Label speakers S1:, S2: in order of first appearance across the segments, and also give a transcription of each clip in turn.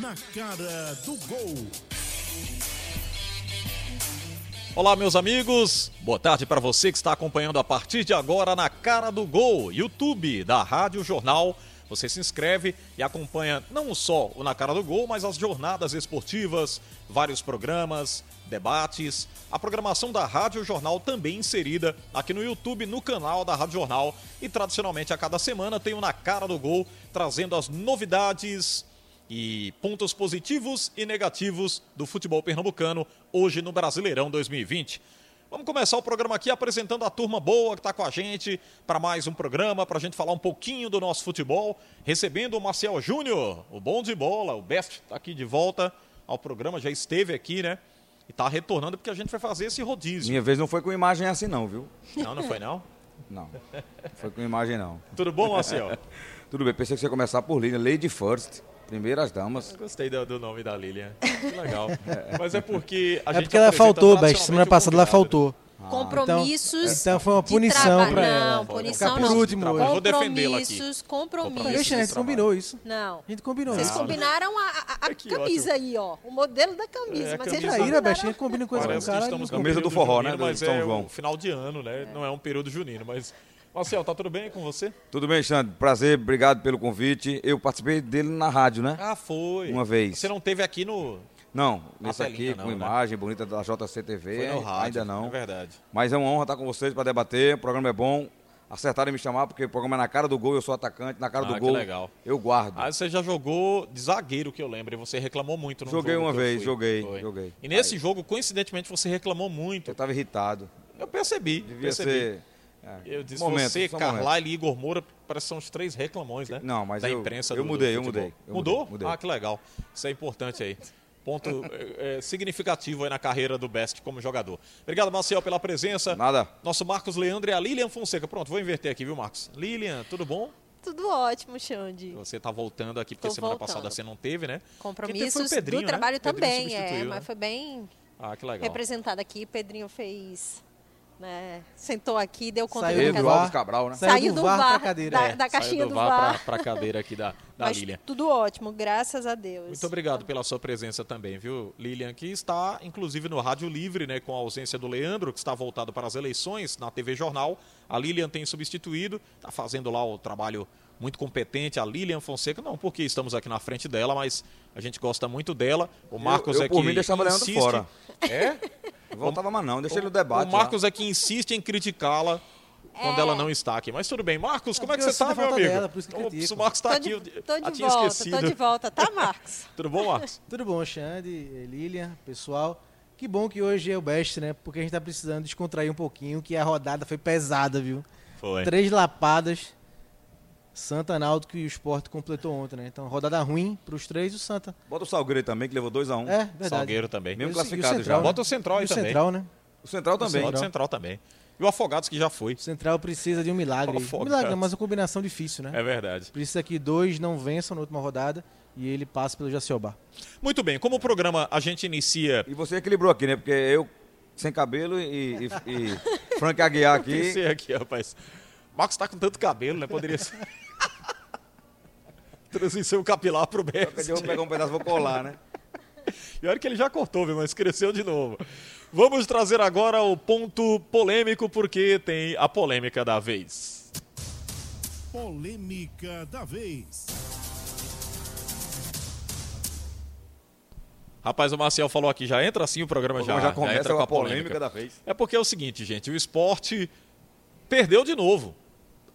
S1: na cara do gol.
S2: Olá, meus amigos. Boa tarde para você que está acompanhando a partir de agora na Cara do Gol, YouTube da Rádio Jornal. Você se inscreve e acompanha não só o Na Cara do Gol, mas as jornadas esportivas, vários programas, debates, a programação da Rádio Jornal também inserida aqui no YouTube, no canal da Rádio Jornal. E tradicionalmente a cada semana tem o Na Cara do Gol trazendo as novidades e pontos positivos e negativos do futebol pernambucano hoje no Brasileirão 2020. Vamos começar o programa aqui apresentando a turma boa que está com a gente para mais um programa, para a gente falar um pouquinho do nosso futebol, recebendo o Marcel Júnior, o bom de bola, o best, está aqui de volta ao programa, já esteve aqui, né? E está retornando porque a gente vai fazer esse rodízio.
S3: Minha vez não foi com imagem assim não, viu?
S2: Não, não foi não?
S3: Não. Não foi com imagem não.
S2: Tudo bom, Marcel?
S3: Tudo bem, pensei que você ia começar por Lilian, Lady First, primeiras damas.
S2: Gostei do, do nome da Lilian. Que legal. Mas é porque a
S4: É
S2: gente
S4: porque ela
S2: apresenta
S4: faltou, Best.
S2: tradicionalmente
S4: Semana
S2: o
S4: passada ela
S2: convidado. né?
S4: faltou.
S5: Compromissos.
S4: Ah, Então foi uma
S5: de
S4: punição
S5: traba-
S4: pra ela.
S5: Não,
S2: Foi uma
S5: punição
S4: Ficar
S5: não.
S4: por último
S2: Eu
S4: hoje.
S2: vou defendê-la aqui. Compromissos.
S5: Compromissos, compromissos.
S4: Deixa, a gente combinou isso.
S5: Não.
S4: A gente combinou
S5: Vocês
S4: isso.
S5: combinaram a, a- a
S2: É Que
S5: camisa aí, ó. O modelo da camisa.
S2: É, a
S5: mas vocês
S2: camisa-
S5: não
S4: Traíra,
S5: combinaram-
S4: Best. né, A gente combina coisa com o
S2: Parece que
S4: cara.
S2: estamos
S4: e
S2: no
S4: não
S3: Camisa
S2: período
S3: do forró,
S2: junino,
S3: né, do
S2: Mas
S3: São
S2: é
S3: João.
S2: o final de ano, né? Não é um período junino, mas. Marcel, tá tudo bem com você?
S3: Tudo bem, Xande? Prazer, obrigado pelo convite. Eu participei dele na rádio, né?
S2: Ah, foi.
S3: Uma vez.
S2: Você não teve aqui no.
S3: Não, nesse
S2: telinha
S3: aqui
S2: não,
S3: com
S2: né?
S3: imagem bonita da JCTV,
S2: Foi no rádio.
S3: ainda
S2: É
S3: não.
S2: verdade.
S3: Mas é uma honra estar com vocês para debater. O programa é bom. Acertaram em me chamar porque o programa é na cara do gol, eu sou atacante, na cara
S2: Ah,
S3: do
S2: que
S3: gol.
S2: legal.
S3: Eu guardo.
S2: Ah, você já jogou de zagueiro, que eu lembro, e você reclamou muito no
S3: Joguei
S2: jogo
S3: uma
S2: que eu
S3: vez,
S2: fui.
S3: joguei,
S2: Foi.
S3: joguei.
S2: E nesse jogo, coincidentemente, você reclamou
S3: Eu
S2: muito.
S3: estava irritado.
S2: Eu percebi.
S3: Devia
S2: percebi.
S3: ser. é,
S2: Eu disse,
S3: momento,
S2: você,
S3: só um momento.
S2: Carlyle e Igor Moura, parece que são os três reclamões, né?
S3: Não, mas
S2: da
S3: eu-
S2: imprensa
S3: eu
S2: do-
S3: mudei,
S2: do
S3: eu
S2: futebol.
S3: mudei, eu
S2: Mudou?
S3: mudei, mudei.
S2: Ah, que legal. Isso é importante aí. Ponto é, é, significativo aí na carreira do Best como jogador. Obrigado, Marcel, pela presença.
S3: Nada.
S2: Nosso Marcos Leandro e a Lilian Fonseca. Pronto, vou inverter aqui, viu, Marcos? Lilian, tudo bom?
S5: Tudo ótimo, Xande.
S2: Você tá voltando aqui, porque
S5: Tô
S2: semana
S5: voltando.
S2: passada você não teve, né? Quem teve foi o
S5: Compromissos
S2: Pedrinho,
S5: do
S2: né?
S5: trabalho
S2: Pedrinho
S5: também, é.
S2: substituiu, né?
S5: Mas foi bem
S2: Ah, que legal.
S5: representado aqui. Pedrinho fez. né, Sentou aqui, deu conta
S4: Saiu
S5: da
S4: do
S3: Pedro
S5: casa-
S4: VAR.
S3: Alves Cabral, né?
S4: Saiu do VAR pra cadeira.
S5: Da,
S4: É,
S5: da caixinha
S2: Saiu do
S5: do
S2: VAR,
S5: VAR.
S2: Pra, pra cadeira aqui da, da
S5: Mas
S2: Lilian.
S5: tudo ótimo, graças a Deus.
S2: Muito obrigado pela sua presença também, viu, Lilian, que está inclusive no Rádio Livre, né, com a ausência do Leandro, que está voltado para as eleições na TV Jornal. A Lilian tem substituído, está fazendo lá o trabalho muito competente. A Lilian Fonseca, não porque estamos aqui na frente dela, mas a gente gosta muito dela. O Marcos
S3: eu,
S2: é
S3: por
S2: que
S3: mim, deixava o Leandro
S2: insiste.
S3: fora.
S2: É?
S3: Eu voltava mais não, deixei ele no debate. né?
S2: O
S3: lá.
S2: Marcos é que insiste em criticá-la. Quando
S5: É.
S2: ela não está aqui. Mas tudo bem. Marcos, como é que
S4: porque
S2: você
S4: eu sinto
S2: está, meu
S4: falta
S2: amigo?
S4: dela, por isso que
S2: Ops,
S4: critico.
S2: o Marcos está
S5: Tô
S2: aqui.
S5: de,
S2: Eu,
S5: tô
S2: ah,
S5: de
S2: tinha
S5: volta,
S2: esquecido.
S5: tô de volta, tá, Marcos?
S2: Tudo bom, Marcos?
S4: Tudo bom, Xande, eh, Lilian, pessoal. Que bom que hoje é o best, né? Porque a gente tá precisando descontrair um pouquinho, que a rodada foi pesada, viu?
S2: Foi.
S4: Três lapadas. Santa, Náutico e o Sport completou ontem, né? Então, rodada ruim pros três e o Santa.
S3: Bota o Salgueiro também, que levou 2x1.
S4: É, verdade.
S2: Hum, Salgueiro também.
S3: Mesmo
S4: E o-
S3: classificado
S4: e
S3: já.
S4: né?
S2: Bota o Central aí
S4: E o
S2: também.
S4: Central, né?
S3: O Central também.
S2: Central, Central também. E o Afogados que já foi.
S4: O Central precisa de um milagre.
S2: Fofoca.
S4: Um milagre, não, mas uma combinação difícil, né?
S2: É verdade.
S4: Precisa que dois não vençam na última rodada e ele passe pelo Jaciobá.
S2: Muito bem, como o programa a gente inicia.
S3: E você equilibrou aqui, né? Porque eu sem cabelo e, e, e Frank Aguiar aqui.
S2: Pensei aqui, rapaz. Marcos tá com tanto cabelo, né? Poderia ser. Transição capilar pro Best.
S3: Eu vou pegar um pedaço e vou colar, né?
S2: E olha que ele já cortou, viu? Mas cresceu de novo. Vamos trazer agora o ponto polêmico, porque tem a polêmica da vez.
S1: Polêmica da vez.
S2: Rapaz, o Marcel falou aqui, já entra assim o programa,
S3: Já,
S2: já,
S3: já começa
S2: entra
S3: com a polêmica da vez.
S2: É porque é o seguinte, gente, o esporte perdeu de novo.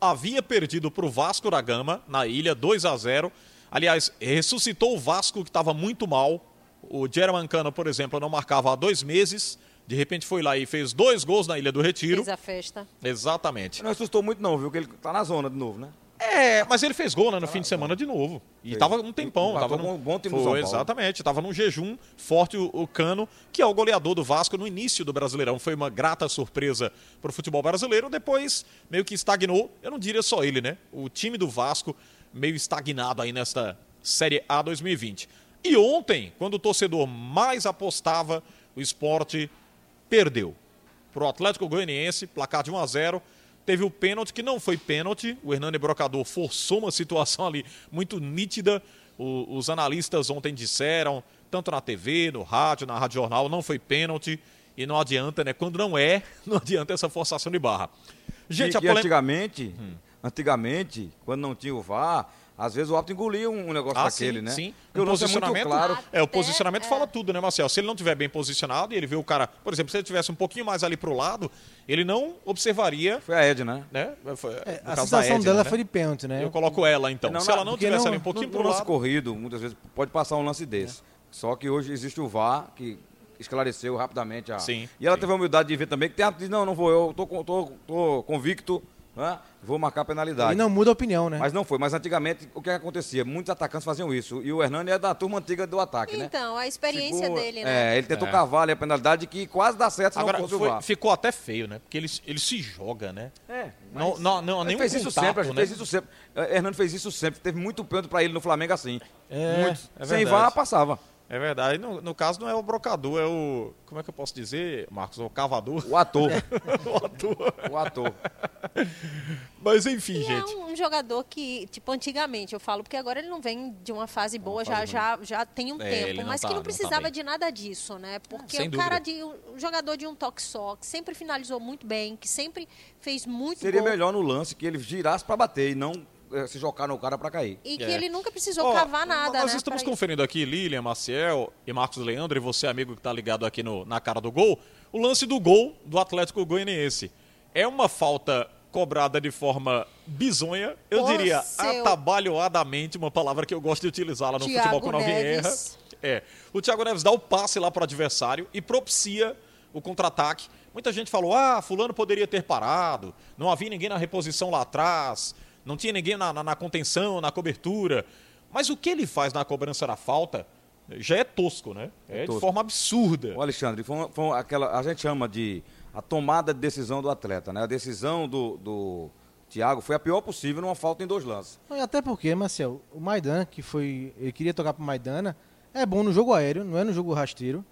S2: Havia perdido para o Vasco da Gama na ilha 2 a 0. Aliás, ressuscitou o Vasco que estava muito mal. O German Cano, por exemplo, não marcava há dois meses. De repente foi lá e fez dois gols na Ilha do Retiro.
S5: Fiz a festa.
S2: Exatamente.
S3: Não assustou muito não, viu? Porque ele tá na zona de novo, né?
S2: É, mas ele fez gol né, no fim de semana de novo. E
S3: Tá então. Fez.
S2: tava um tempão.
S3: Empatou
S2: Tava
S3: com
S2: num...
S3: um bom time
S2: Foi,
S3: do São Paulo.
S2: Exatamente. Tava num jejum forte o, o Cano, que é o goleador do Vasco no início do Brasileirão. Foi uma grata surpresa pro futebol brasileiro. Depois meio que estagnou. Eu não diria só ele, né? O time do Vasco meio estagnado aí nesta Série A 2020. E ontem, quando o torcedor mais apostava, o esporte perdeu para o Atlético Goianiense, placar de 1 a 0 Teve o pênalti, que não foi pênalti. O Hernani Brocador forçou uma situação ali muito nítida o- os analistas ontem disseram, tanto na TV, no rádio, na Rádio Jornal, não foi pênalti e não adianta, né? Quando não é, não adianta essa forçação de barra. Gente,
S3: e,
S2: a
S3: e
S2: polêmica. Hum.
S3: antigamente, antigamente, quando não tinha o VAR, às vezes o árbitro engolia um, um negócio
S2: Ah, sim,
S3: daquele, né?
S2: sim.
S3: Porque o lance é muito
S2: posicionamento-
S3: claro.
S2: É, o
S5: Até,
S2: posicionamento
S5: é.
S2: fala tudo, né, Marcel? Se ele não tiver bem posicionado e ele vê o cara, por exemplo, se ele tivesse um pouquinho mais ali pro lado, ele não observaria,
S3: Foi a Ed, né?
S2: né? Foi-
S4: É,
S2: no
S4: a
S2: caso da
S4: sensação
S2: Edna,
S4: dela
S2: né?
S4: foi de pênalti, né?
S2: Eu coloco ela, então.
S3: Não,
S2: se
S3: não,
S2: ela não
S4: porque
S2: tivesse
S4: não-
S2: ali um pouquinho
S3: no,
S2: pro
S3: no lance
S2: lado... É.
S3: corrido, muitas vezes pode passar um lance desse. Só que hoje existe o VAR que esclareceu rapidamente a.
S2: Sim,
S3: E ela
S2: sim.
S3: teve a humildade de ver também que tem árbitro que diz, não, não vou, eu tô, con- tô- tô convicto, né? vou marcar penalidade.
S4: E não muda a opinião, né?
S3: Mas não foi, mas antigamente o que acontecia? Muitos atacantes faziam isso. E o Hernani é da turma antiga do ataque, né?
S5: Então, a experiência
S3: Chegou-
S5: dele, né?
S3: É, ele tentou
S2: É.
S3: cavar ali a penalidade que quase dá certo se
S2: Agora,
S3: não fosse
S2: foi-
S3: o VAR.
S2: ficou até feio, né? Porque ele, ele se joga, né?
S3: É,
S2: Não, não, não, há
S3: ele
S2: nenhum
S3: fez isso
S2: contato,
S3: sempre, a gente
S2: né?
S3: fez isso sempre. Eh, Hernando fez isso sempre. Teve muito pênalti pra ele no Flamengo assim.
S2: É,
S3: muito.
S2: é
S3: Sem
S2: verdade.
S3: VAR, passava.
S2: É verdade. No, no caso, não é o brocador, é o... Como é que eu posso dizer, Marcos? O cavador?
S3: O ator.
S2: o ator.
S3: o ator.
S2: Mas enfim,
S5: E é
S2: gente.
S5: um, um jogador que, tipo, antigamente, eu falo, porque agora ele não vem de uma fase boa, já,
S3: fase
S5: já, já tem um
S2: É, ele
S5: tempo,
S2: não
S5: mas
S2: tá-
S5: que
S2: não
S5: não
S2: tá
S5: precisava
S2: bem. É,
S5: de nada disso, né? Porque
S2: Sem
S5: o cara, de, um jogador de um toque só, que sempre finalizou muito bem, que sempre fez muito
S3: Seria
S5: gol,
S3: melhor no lance que ele girasse pra bater e não eh, se jogar no cara pra cair.
S5: E que
S2: É.
S5: ele nunca precisou
S2: Ó,
S5: cavar nada,
S2: Nós
S5: né,
S2: estamos
S5: pra isso.
S2: conferindo aqui, Lilian, Maciel e Marcos Leandro, e você, amigo que está ligado aqui no, na cara do gol, o lance do gol do Atlético Goianiense. É uma falta cobrada de forma bizonha, eu
S5: Por
S2: diria
S5: seu-
S2: atabalhoadamente, uma palavra que eu gosto de utilizar lá no
S5: Thiago
S2: futebol quando alguém erra.
S5: Neves.
S2: É. O Thiago Neves dá o passe lá para o adversário e propicia o contra-ataque. Muita gente falou: ah, Fulano poderia ter parado, não havia ninguém na reposição lá atrás, não tinha ninguém na, na- na contenção, na cobertura. Mas o que ele faz na cobrança da falta já é tosco, né? É, de
S3: tosco.
S2: forma absurda.
S3: Ô Alexandre, foi, uma- foi uma- aquela. A gente chama de a tomada de decisão do atleta, né? A decisão do, do Thiago foi a pior possível numa falta em dois lances.
S4: Não, e Até porque, Marcel, o Maidan, que foi. Ele queria tocar pro Maidana, é bom no jogo aéreo, não é no jogo rasteiro.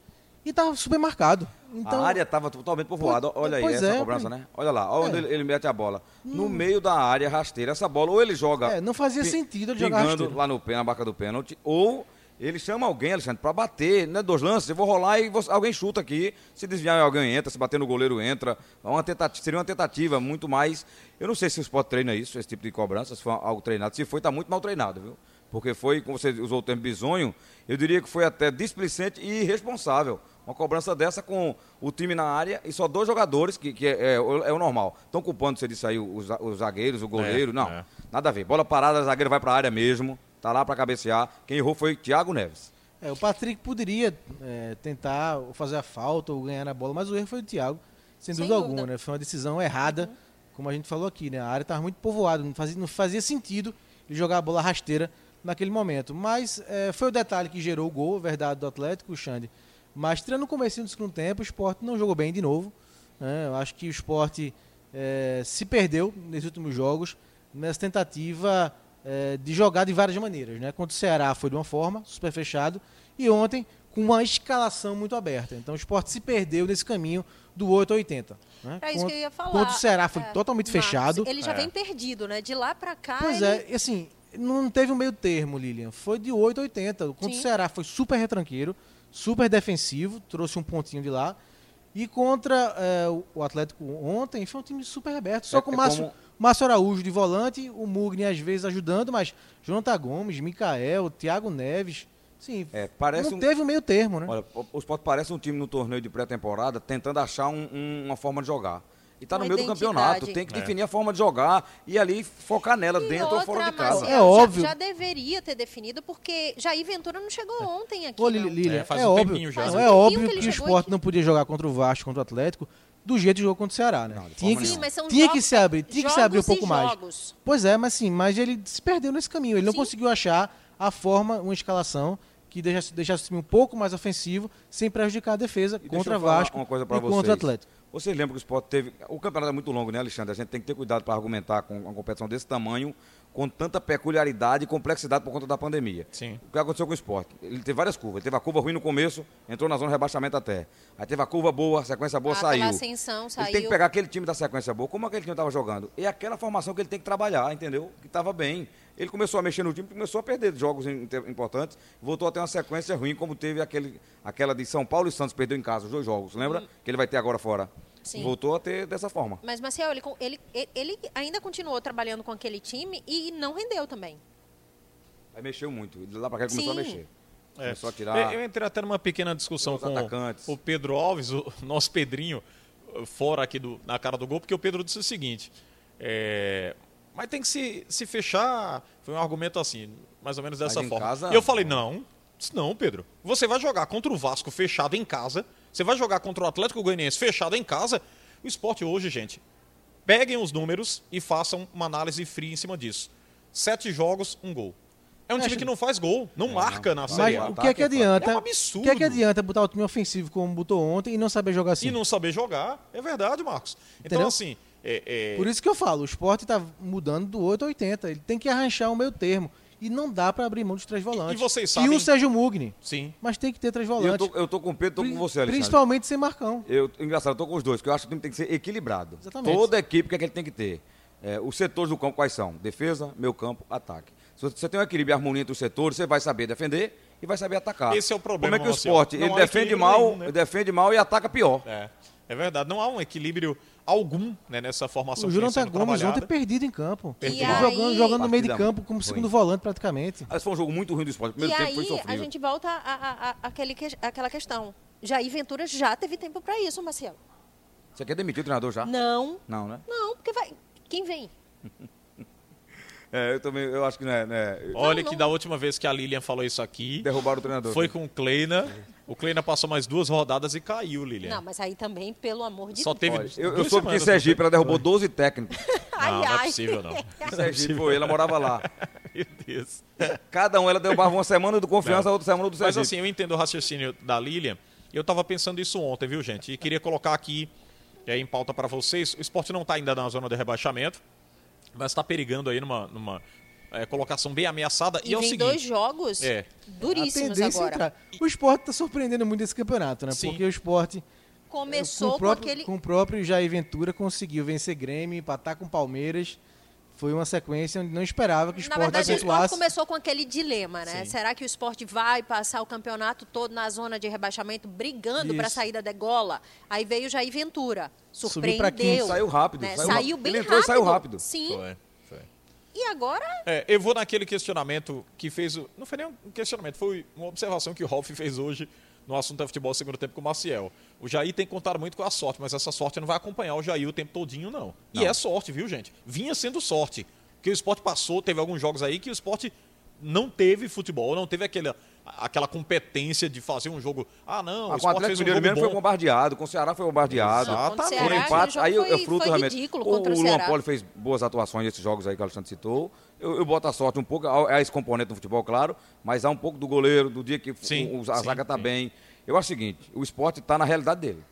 S4: E tá super marcado. Então,
S3: a área estava totalmente povoada.
S4: Pois-
S3: Olha aí
S4: pois
S3: essa
S4: é,
S3: cobrança,
S4: pois-
S3: né? Olha lá, olha onde
S4: É. Hum.
S3: ele, ele mete a bola. No meio da área rasteira, essa bola ou ele joga.
S4: É, não fazia
S3: pi-
S4: sentido ele jogar
S3: pingando
S4: rasteiro.
S3: lá no pé, na marca do pênalti, ou ele chama alguém, Alexandre, pra bater, né? Dois lances, eu vou rolar e você- alguém chuta aqui. Se desviar, alguém entra, se bater no goleiro, entra. É Uma tentativa, seria uma tentativa muito mais. Eu não sei se o Sport treina isso, esse tipo de cobrança, se foi algo treinado. Se foi, tá muito mal treinado, viu? Porque foi, como você usou o termo bizonho, eu diria que foi até displicente e irresponsável. Uma cobrança dessa com o time na área e só dois jogadores, que, que é, é o é o normal. Estão culpando, você disse aí, os, za- os zagueiros, o goleiro. não,
S2: é.
S3: nada a ver. Bola parada, zagueiro vai pra área mesmo. Tá lá pra cabecear. Quem errou foi Thiago Neves.
S4: é, o Patrick poderia é, tentar ou fazer a falta ou ganhar na bola, mas o erro foi do Thiago, sem,
S5: Sem
S4: dúvida
S5: dúvida.
S4: alguma, né? Foi uma decisão errada, como a gente falou aqui, né? A área estava muito povoada, não fazia, não fazia sentido ele jogar a bola rasteira naquele momento. Mas é, foi o detalhe que gerou o gol, verdade, do Atlético, o Xande. Mas tirando o comecinho do segundo tempo, o Sport não jogou bem de novo. né? Eu acho que o Sport é, se perdeu nesses últimos jogos, nessa tentativa é, de jogar de várias maneiras. Né? Contra o Ceará foi de uma forma, super fechado, e ontem com uma escalação muito aberta. Então o Sport se perdeu nesse caminho do 8 a 80. Né?
S5: É isso
S4: Contra-
S5: que eu ia falar.
S4: Contra o Ceará foi
S5: É,
S4: totalmente
S5: Marcos,
S4: fechado.
S5: Ele já
S2: É.
S5: vem perdido, né? De lá pra cá.
S4: Pois
S5: ele-
S4: é, e assim, não teve um meio termo, Lilian. Foi de 8 a 80. Contra
S5: Sim.
S4: o Ceará foi super retranqueiro, super defensivo, trouxe um pontinho de lá. E contra eh, o- o Atlético ontem, foi um time super aberto. Só
S3: É-
S4: com
S3: é
S4: o Márcio,
S3: como-
S4: Márcio Araújo de volante, o Mugni às vezes ajudando, mas Jonathan Gomes, Micael, Thiago Neves. Sim,
S3: É, parece
S4: não
S3: um-
S4: teve um meio termo, né?
S3: Olha, o- o Sport parece um time no torneio de pré-temporada tentando achar um- um- uma forma de jogar. E tá
S5: Uma
S3: no meio do
S5: identidade.
S3: campeonato. Tem que definir a forma de jogar e ali focar nela,
S5: E
S3: dentro ou fora de
S5: outra,
S3: casa.
S5: Marcelo,
S4: É
S5: já-
S4: óbvio.
S5: Já deveria ter definido, porque Jair Ventura não chegou
S4: É.
S5: ontem aqui. não.
S4: Ô, Lili- Lilian,
S2: É, faz
S4: é
S2: um tempinho
S4: óbvio,
S2: já,
S4: não,
S2: né?
S4: é óbvio
S5: que
S4: que,
S5: ele
S4: o
S5: chegou
S4: esporte
S5: aqui.
S4: não podia jogar contra o Vasco, contra o Atlético, do jeito que jogou contra o Ceará, né?
S3: Não, de
S4: tinha
S3: forma
S4: que,
S5: Sim, mas são
S4: tinha que
S5: jogos-
S4: se abrir, tinha que se abrir um
S5: jogos e
S4: pouco mais.
S5: jogos.
S4: Pois é, mas sim, mas ele se perdeu nesse caminho. Ele não
S5: Sim.
S4: conseguiu achar a forma, uma escalação que deixasse, deixasse o time um pouco mais ofensivo, sem prejudicar a defesa
S3: E deixa
S4: contra
S3: eu falar
S4: Vasco
S3: uma coisa
S4: e
S3: pra vocês.
S4: contra o Atlético.
S3: Vocês lembram que o Sport teve. O campeonato é muito longo, né, Alexandre? A gente tem que ter cuidado para argumentar com uma competição desse tamanho, com tanta peculiaridade e complexidade por conta da pandemia.
S2: Sim.
S3: O que aconteceu com o Sport? Ele teve várias curvas. Ele teve a curva ruim no começo, entrou na zona de rebaixamento até. Aí teve a curva boa, a sequência boa,
S5: Ah, pela
S3: saiu.
S5: ascensão,
S3: Ele tem que
S5: saiu.
S3: É pegar aquele time da sequência boa, como aquele time estava jogando. E aquela formação que ele tem que trabalhar, entendeu? Que estava bem. Ele começou a mexer no time, começou a perder jogos im- inter- importantes, voltou a ter uma sequência ruim, como teve aquele, aquela de São Paulo e Santos, perdeu em casa os dois jogos, lembra? Que ele vai ter agora fora.
S5: Uhum. Sim.
S3: Voltou a ter dessa forma.
S5: Mas, Marcel, ele, con- ele, ele- ele ainda continuou trabalhando com aquele time e não rendeu também.
S3: Aí mexeu muito. De lá pra cá ele começou a
S5: Sim.
S3: mexer. Começou a
S2: Eu-
S3: tirar.
S2: É. Eu entrei até numa pequena discussão
S3: Os
S2: com
S3: atacantes.
S2: o Pedro Alves, o nosso Pedrinho, fora aqui do, na cara do gol, porque o Pedro disse o seguinte: é, mas tem que se, se fechar. Foi um argumento assim, mais ou menos dessa
S3: Mas em
S2: forma.
S3: casa,
S2: e eu falei:
S3: não.
S2: não, disse, não, Pedro. Você vai jogar contra o Vasco fechado em casa, você vai jogar contra o Atlético Goianiense fechado em casa. O esporte hoje, gente, peguem os números e façam uma análise fria em cima disso. Sete jogos, um gol. É um
S4: É,
S2: time
S4: gente.
S2: que não faz gol,
S3: É,
S2: não marca na
S3: Mas
S2: Série A.
S4: Mas o que é
S3: ataque,
S4: que adianta?
S2: é um
S4: O
S2: absurdo.
S4: que é que adianta botar o time ofensivo como botou ontem e não saber jogar assim?
S2: E não saber jogar, é verdade, Marcos. Então,
S4: Entendeu?
S2: assim, é, é,
S4: Por isso que eu falo, o esporte tá mudando do 8 ao 80. Ele tem que arranchar um meio termo. E não dá pra abrir mão dos três volantes.
S2: vocês sabem-
S4: E o Sérgio Mugni.
S2: sim.
S4: Mas tem que ter três
S3: Eu
S4: volantes.
S3: tô, eu tô com o Pedro, tô
S4: Pri-
S3: com você, Alexandre.
S4: Principalmente sem Marcão.
S3: Eu, engraçado, eu tô com os dois, porque eu acho que o time tem que ser equilibrado.
S4: Exatamente.
S3: Toda equipe, o que é que ele tem que ter? É, os setores do campo quais são? Defesa, meio campo, ataque. Se você- você tem um equilíbrio e harmonia entre os setores, você vai saber defender e vai saber atacar.
S2: Esse é o problema,
S3: Como é que o
S2: Marcelo.
S3: esporte,
S2: Não
S3: ele
S2: há
S3: defende
S2: equilíbrio
S3: mal,
S2: nenhum, né?
S3: defende mal e ataca pior.
S2: É, é verdade. Não há um equilíbrio algum né, nessa formação
S4: O
S2: que vem
S4: Jonathan
S2: sendo
S4: Gomes
S2: trabalhada.
S4: ontem perdido em campo.
S5: Perdido. E
S4: Jogando,
S5: aí-
S4: jogando no meio de
S3: Partida
S4: campo como
S3: ruim.
S4: segundo volante praticamente.
S3: Mas foi um jogo muito ruim do esporte. O
S5: e
S3: primeiro tempo
S5: aí
S3: foi
S5: a
S3: sofrível.
S5: gente volta a- a- a- àquele que- àquela questão. Jair Ventura já teve tempo para isso, Marcel.
S3: Você quer demitir o treinador já?
S5: Não,
S3: Não, né?
S5: não, porque vai. Quem vem?
S3: É, eu também, eu acho que não é. Né?
S2: Olha
S5: Não, não.
S2: que da última vez que a Lilian falou isso aqui,
S3: Derrubaram o treinador.
S2: foi com o Kleina. O Kleina passou mais duas rodadas e caiu, Lilian.
S5: Não, mas aí também, pelo amor de
S2: É. Só
S5: Deus.
S2: teve
S3: Olha, eu, eu
S2: duas
S3: soube que em
S2: semanas,
S3: Sergipe
S2: não
S3: ela derrubou 12 técnicos.
S2: foi? Não, não é possível, não.
S3: Sergipe foi, ela morava lá.
S2: Meu Deus.
S3: Cada um ela derrubava uma semana do confiança,
S2: Não.
S3: a outra semana do Sergipe.
S2: Mas assim, eu entendo o raciocínio da Lilian. Eu estava pensando isso ontem, viu, gente? E queria colocar aqui é, em pauta para vocês. O esporte não está ainda na zona de rebaixamento, mas está perigando aí numa, numa é, colocação bem ameaçada. E,
S5: E
S2: é o
S5: vem
S2: seguinte.
S5: dois jogos
S2: É.
S4: a
S5: duríssimos
S4: tendência é
S5: agora.
S4: entrar. O esporte está surpreendendo muito esse campeonato, né?
S2: Sim.
S4: Porque o esporte eh,
S5: Começou
S4: com,
S5: com,
S4: o próprio,
S5: aquele.
S4: com o próprio Jair Ventura conseguiu vencer Grêmio, empatar com Palmeiras. Foi uma sequência onde não esperava que o
S5: Na
S4: esporte um
S5: verdade, o esporte
S4: atuasse.
S5: começou com aquele dilema, né?
S2: Sim.
S5: Será que o esporte vai passar o campeonato todo na zona de rebaixamento, brigando para
S4: Isso.
S5: sair da degola? Aí veio Jair Ventura.
S4: Subiu pra
S5: Surpreendeu.
S4: 15.
S3: Saiu rápido,
S5: né?
S3: saiu
S5: Saiu,
S3: rápido.
S5: bem
S3: Ele entrou e
S5: rápido.
S3: saiu rápido.
S5: Sim.
S2: Foi, foi.
S5: E agora
S2: É, eu vou naquele questionamento que fez. o- Não foi nem um questionamento, foi uma observação que o Ralf fez hoje no assunto é futebol segundo tempo com o Maciel. O Jair tem que contar muito com a sorte, mas essa sorte não vai acompanhar o Jair o tempo todinho, não. E é sorte, viu, gente? Vinha sendo sorte. Porque o esporte passou, teve alguns jogos aí que o esporte não teve futebol, não teve aquela, aquela competência de fazer um jogo. Ah, não, o
S3: Ah, com o
S2: esporte fez
S3: Atlético
S2: um jogo
S3: Mineiro mesmo foi
S2: bom.
S3: bombardeado, com o Ceará foi bombardeado.
S5: Não, contra o
S3: Por
S5: Ceará,
S3: empate,
S5: aquele
S3: aí eu,
S5: jogo
S3: eu
S5: foi-
S3: fruto
S5: foi
S3: realmente.
S5: ridículo
S3: o,
S5: contra o
S3: o Luan
S5: Ceará.
S3: Poli fez boas atuações nesses jogos aí que o Alexandre citou. Eu, eu boto a sorte um pouco, é esse componente do futebol, claro, mas há um pouco do goleiro, do dia que
S2: Sim,
S3: o- a
S2: sim,
S3: zaga está
S2: sim.
S3: bem. Eu acho o seguinte, o esporte está na realidade dele.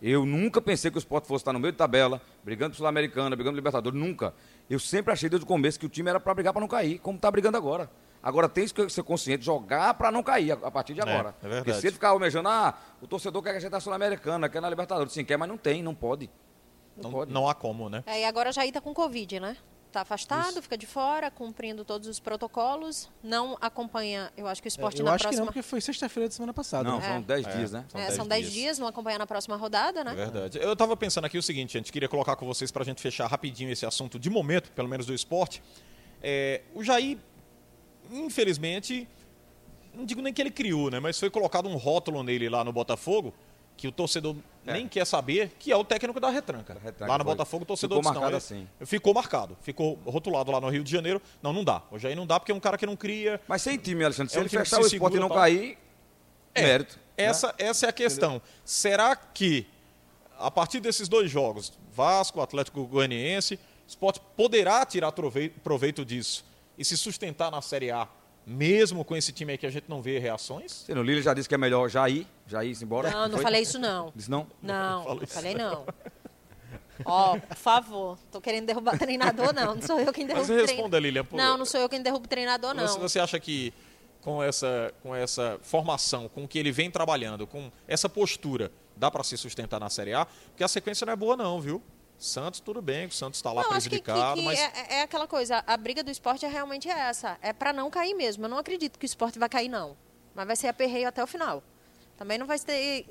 S3: Eu nunca pensei que o esporte fosse estar no meio de tabela, brigando pro Sul-Americana, brigando pro Libertadores, nunca. Eu sempre achei desde o começo que o time era para brigar para não cair, como está brigando agora. Agora tem que ser consciente, jogar para não cair a, a partir de agora.
S2: é verdade.
S3: Porque se ele ficar almejando, ah, o torcedor quer que a gente tá na Sul-Americana, quer na Libertadores. Sim, quer, mas não tem, não pode. Não,
S2: Não,
S3: pode.
S2: não há como, né?
S5: É, e agora já está com Covid, né? Está afastado, fica de fora, cumprindo todos os protocolos. Não acompanha, eu acho que o esporte
S4: É, Eu
S5: na
S4: acho que não,
S5: próxima.
S4: porque foi sexta-feira da semana passada.
S3: Não,
S4: né?
S3: são 10 dias, né?
S2: são
S5: É,
S2: dez
S5: são 10
S2: dias.
S5: dias. não acompanha na próxima rodada, né?
S2: É verdade. Eu tava pensando aqui o seguinte, gente, queria colocar com vocês pra gente fechar rapidinho esse assunto de momento, pelo menos do esporte. É, o Jair, infelizmente, não digo nem que ele criou, né? Mas foi colocado um rótulo nele lá no Botafogo que o torcedor
S3: É.
S2: nem quer saber, que é o técnico da retranca.
S3: Da retranca,
S2: lá no
S3: foi.
S2: Botafogo, o torcedor
S3: Ficou
S2: disse,
S3: marcado
S2: não, ele-
S3: assim.
S2: Ficou marcado. Ficou rotulado lá no Rio de Janeiro. Não, não dá. O Jair não dá porque é um cara que não cria,
S3: Mas sem time, Alexandre, se
S2: É um
S3: ele
S2: time que
S3: fechar
S2: se
S3: o esporte
S2: segura,
S3: e não
S2: tal.
S3: cair, mérito. né?
S2: É, Essa, essa é a questão. Será que, a partir desses dois jogos, Vasco, Atlético Goianiense, o Sport poderá tirar trove- proveito disso e se sustentar na Série A, mesmo com esse time aí que a gente não vê reações?
S3: Você não, Lili já disse que é melhor já ir, já ir se embora.
S5: Não, Ah, não
S3: Foi?
S5: falei isso não.
S3: Disse não?
S2: Não
S5: Não,
S2: falei
S5: não
S2: isso
S5: falei não. Ó, por favor, tô querendo derrubar treinador, não. Não sou eu quem derrubo
S2: Mas responda, Lilian, por-
S5: Não, não sou eu quem derrubo treinador, não.
S2: Você, você acha que com essa, com essa formação, com o que ele vem trabalhando, com essa postura, dá para se sustentar na Série A? Porque a sequência não é boa não, viu? Santos, tudo bem, que o Santos está lá
S5: não, acho que, que-
S2: tá prejudicado,
S5: que
S2: mas
S5: é, é aquela coisa, a briga do esporte é realmente essa. É para não cair mesmo. Eu não acredito que o esporte vai cair, não. Mas vai ser aperreio até o final. Também não vai ter.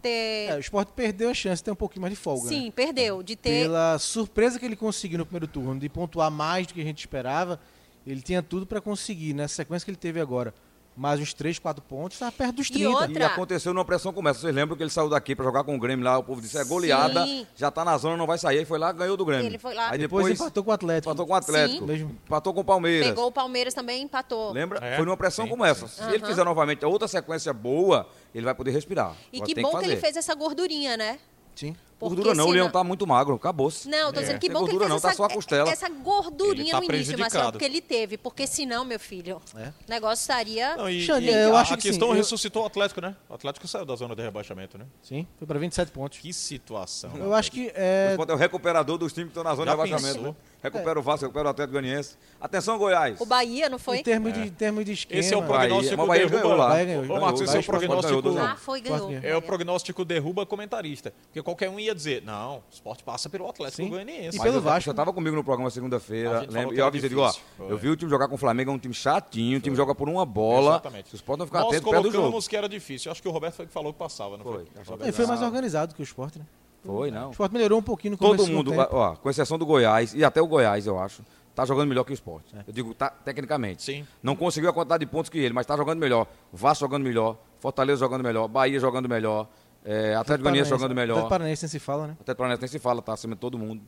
S5: ter...
S4: É, o esporte perdeu a chance de ter um pouquinho mais de folga. né?
S5: Sim, perdeu. De ter.
S4: Pela surpresa que ele conseguiu no primeiro turno, de pontuar mais do que a gente esperava, ele tinha tudo para conseguir. Nessa sequência que ele teve agora, mais uns 3, 4 pontos, estava perto dos
S5: E
S4: 30.
S5: outra-
S3: E aconteceu numa pressão como essa. Vocês lembram que ele saiu daqui pra jogar com o Grêmio lá? O povo disse: é goleada,
S5: Sim.
S3: já tá na zona, não vai sair. Aí foi lá, ganhou do Grêmio.
S5: Ele foi lá.
S3: Aí
S4: Depois,
S3: depois,
S4: empatou com o Atlético.
S3: empatou com o Atlético.
S4: Sim. Mesmo.
S3: Empatou com o Palmeiras.
S5: Pegou o Palmeiras também, empatou.
S3: Lembra?
S2: É.
S3: Foi numa pressão
S2: Sim,
S3: como essa. Se ele fizer novamente outra sequência boa, ele vai poder respirar.
S5: E
S3: Agora
S5: que
S3: tem
S5: bom que
S3: fazer.
S5: ele fez essa gordurinha, né?
S4: Sim.
S3: Gordura não, o
S5: senão-
S3: Leão tá muito magro, acabou-se.
S5: Não,
S4: É.
S5: tô dizendo que
S3: Tem
S5: bom que ele
S3: gordura
S5: fez
S3: não,
S5: essa,
S3: tá só a costela.
S5: essa
S2: Ele
S5: gordurinha
S2: tá
S5: no início, Marcelo,
S2: prejudicado.
S5: porque ele teve. Porque senão, meu filho,
S4: É.
S5: o negócio estaria...
S2: Não, e,
S4: Xande,
S2: e
S4: eu
S2: a,
S4: acho
S2: a
S4: que sim,
S2: questão
S4: eu-
S2: ressuscitou o Atlético, né? O Atlético saiu da zona de rebaixamento, né?
S4: Sim, foi para 27 pontos.
S2: Que situação.
S4: Eu acho que
S3: O
S4: é,
S3: Sport é o recuperador dos times que estão na zona
S2: Já
S3: de rebaixamento.
S2: pensou?
S3: né? Recupera o Vasco, recupera o Atlético Goianiense. Atenção, Goiás.
S5: É. O Bahia, não foi?
S4: em termos de, em termos de esquema.
S2: Esse é o
S3: Bahia,
S2: prognóstico
S3: mas o Bahia
S2: derruba.
S3: ganhou lá.
S4: Bahia ganhou.
S2: Ô, Marcos, esse é o
S3: Bahia, o Sport ganhou
S2: prognóstico.
S3: do-
S4: um.
S5: Ah, foi, ganhou.
S4: Quatro-
S2: É o prognóstico derruba comentarista. Porque qualquer um ia dizer, não, o esporte passa pelo Atlético
S4: Sim.
S2: Goianiense.
S4: E
S3: Mas
S4: pelo
S3: eu já-
S4: Vasco.
S3: Você estava comigo no programa
S2: A
S3: segunda-feira.
S2: gente falou
S3: lembra?
S2: que
S3: E eu
S2: era
S3: avisei, digo, ó,
S2: difícil.
S3: eu vi o time jogar com o Flamengo, é um time chatinho, o time joga por uma bola.
S2: Exatamente.
S3: Vocês podem ficar
S2: Nós
S3: atentos perto do jogo.
S2: colocamos que era difícil. Acho que o Roberto foi que falou que passava, não foi?
S3: Foi.
S4: É,
S2: Roberto.
S4: foi mais organizado que o Sport, né?
S3: Foi, não.
S4: O Sport melhorou um pouquinho no começo
S3: Todo
S4: do
S3: mundo,
S4: tempo.
S3: ó, com exceção do Goiás, e até o Goiás, eu acho, tá jogando melhor que o esporte.
S4: É.
S3: Eu digo, tá, tecnicamente.
S2: Sim.
S3: Não conseguiu a quantidade de pontos que ele, mas tá jogando melhor. Vasco jogando melhor, Fortaleza jogando melhor, Bahia jogando melhor, é, Atlético Goianiense jogando melhor.
S4: Tanto Paranaense nem se fala, né?
S3: Até Paranaense nem se fala, tá acima de todo mundo.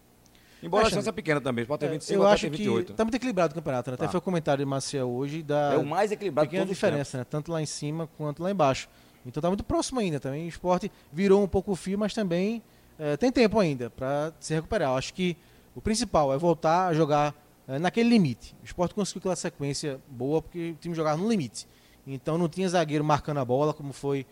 S3: Embora a
S4: Alexandre,
S3: chance é pequena também, pode ter
S4: É,
S3: 25,
S4: eu
S3: pode
S4: acho
S3: ter
S4: que
S3: 28.
S4: tá muito equilibrado o campeonato, né? Até foi o comentário de Maciel hoje da
S3: É o mais equilibrado de
S4: pequena
S3: todos os
S4: diferença, né? Tanto lá em cima quanto lá embaixo. Então tá muito próximo ainda também. O esporte virou um pouco o fio, mas também eh, tem tempo ainda para se recuperar. Eu acho que o principal é voltar a jogar eh, naquele limite. O esporte conseguiu aquela sequência boa porque o time jogava no limite. Então não tinha zagueiro marcando a bola, como foi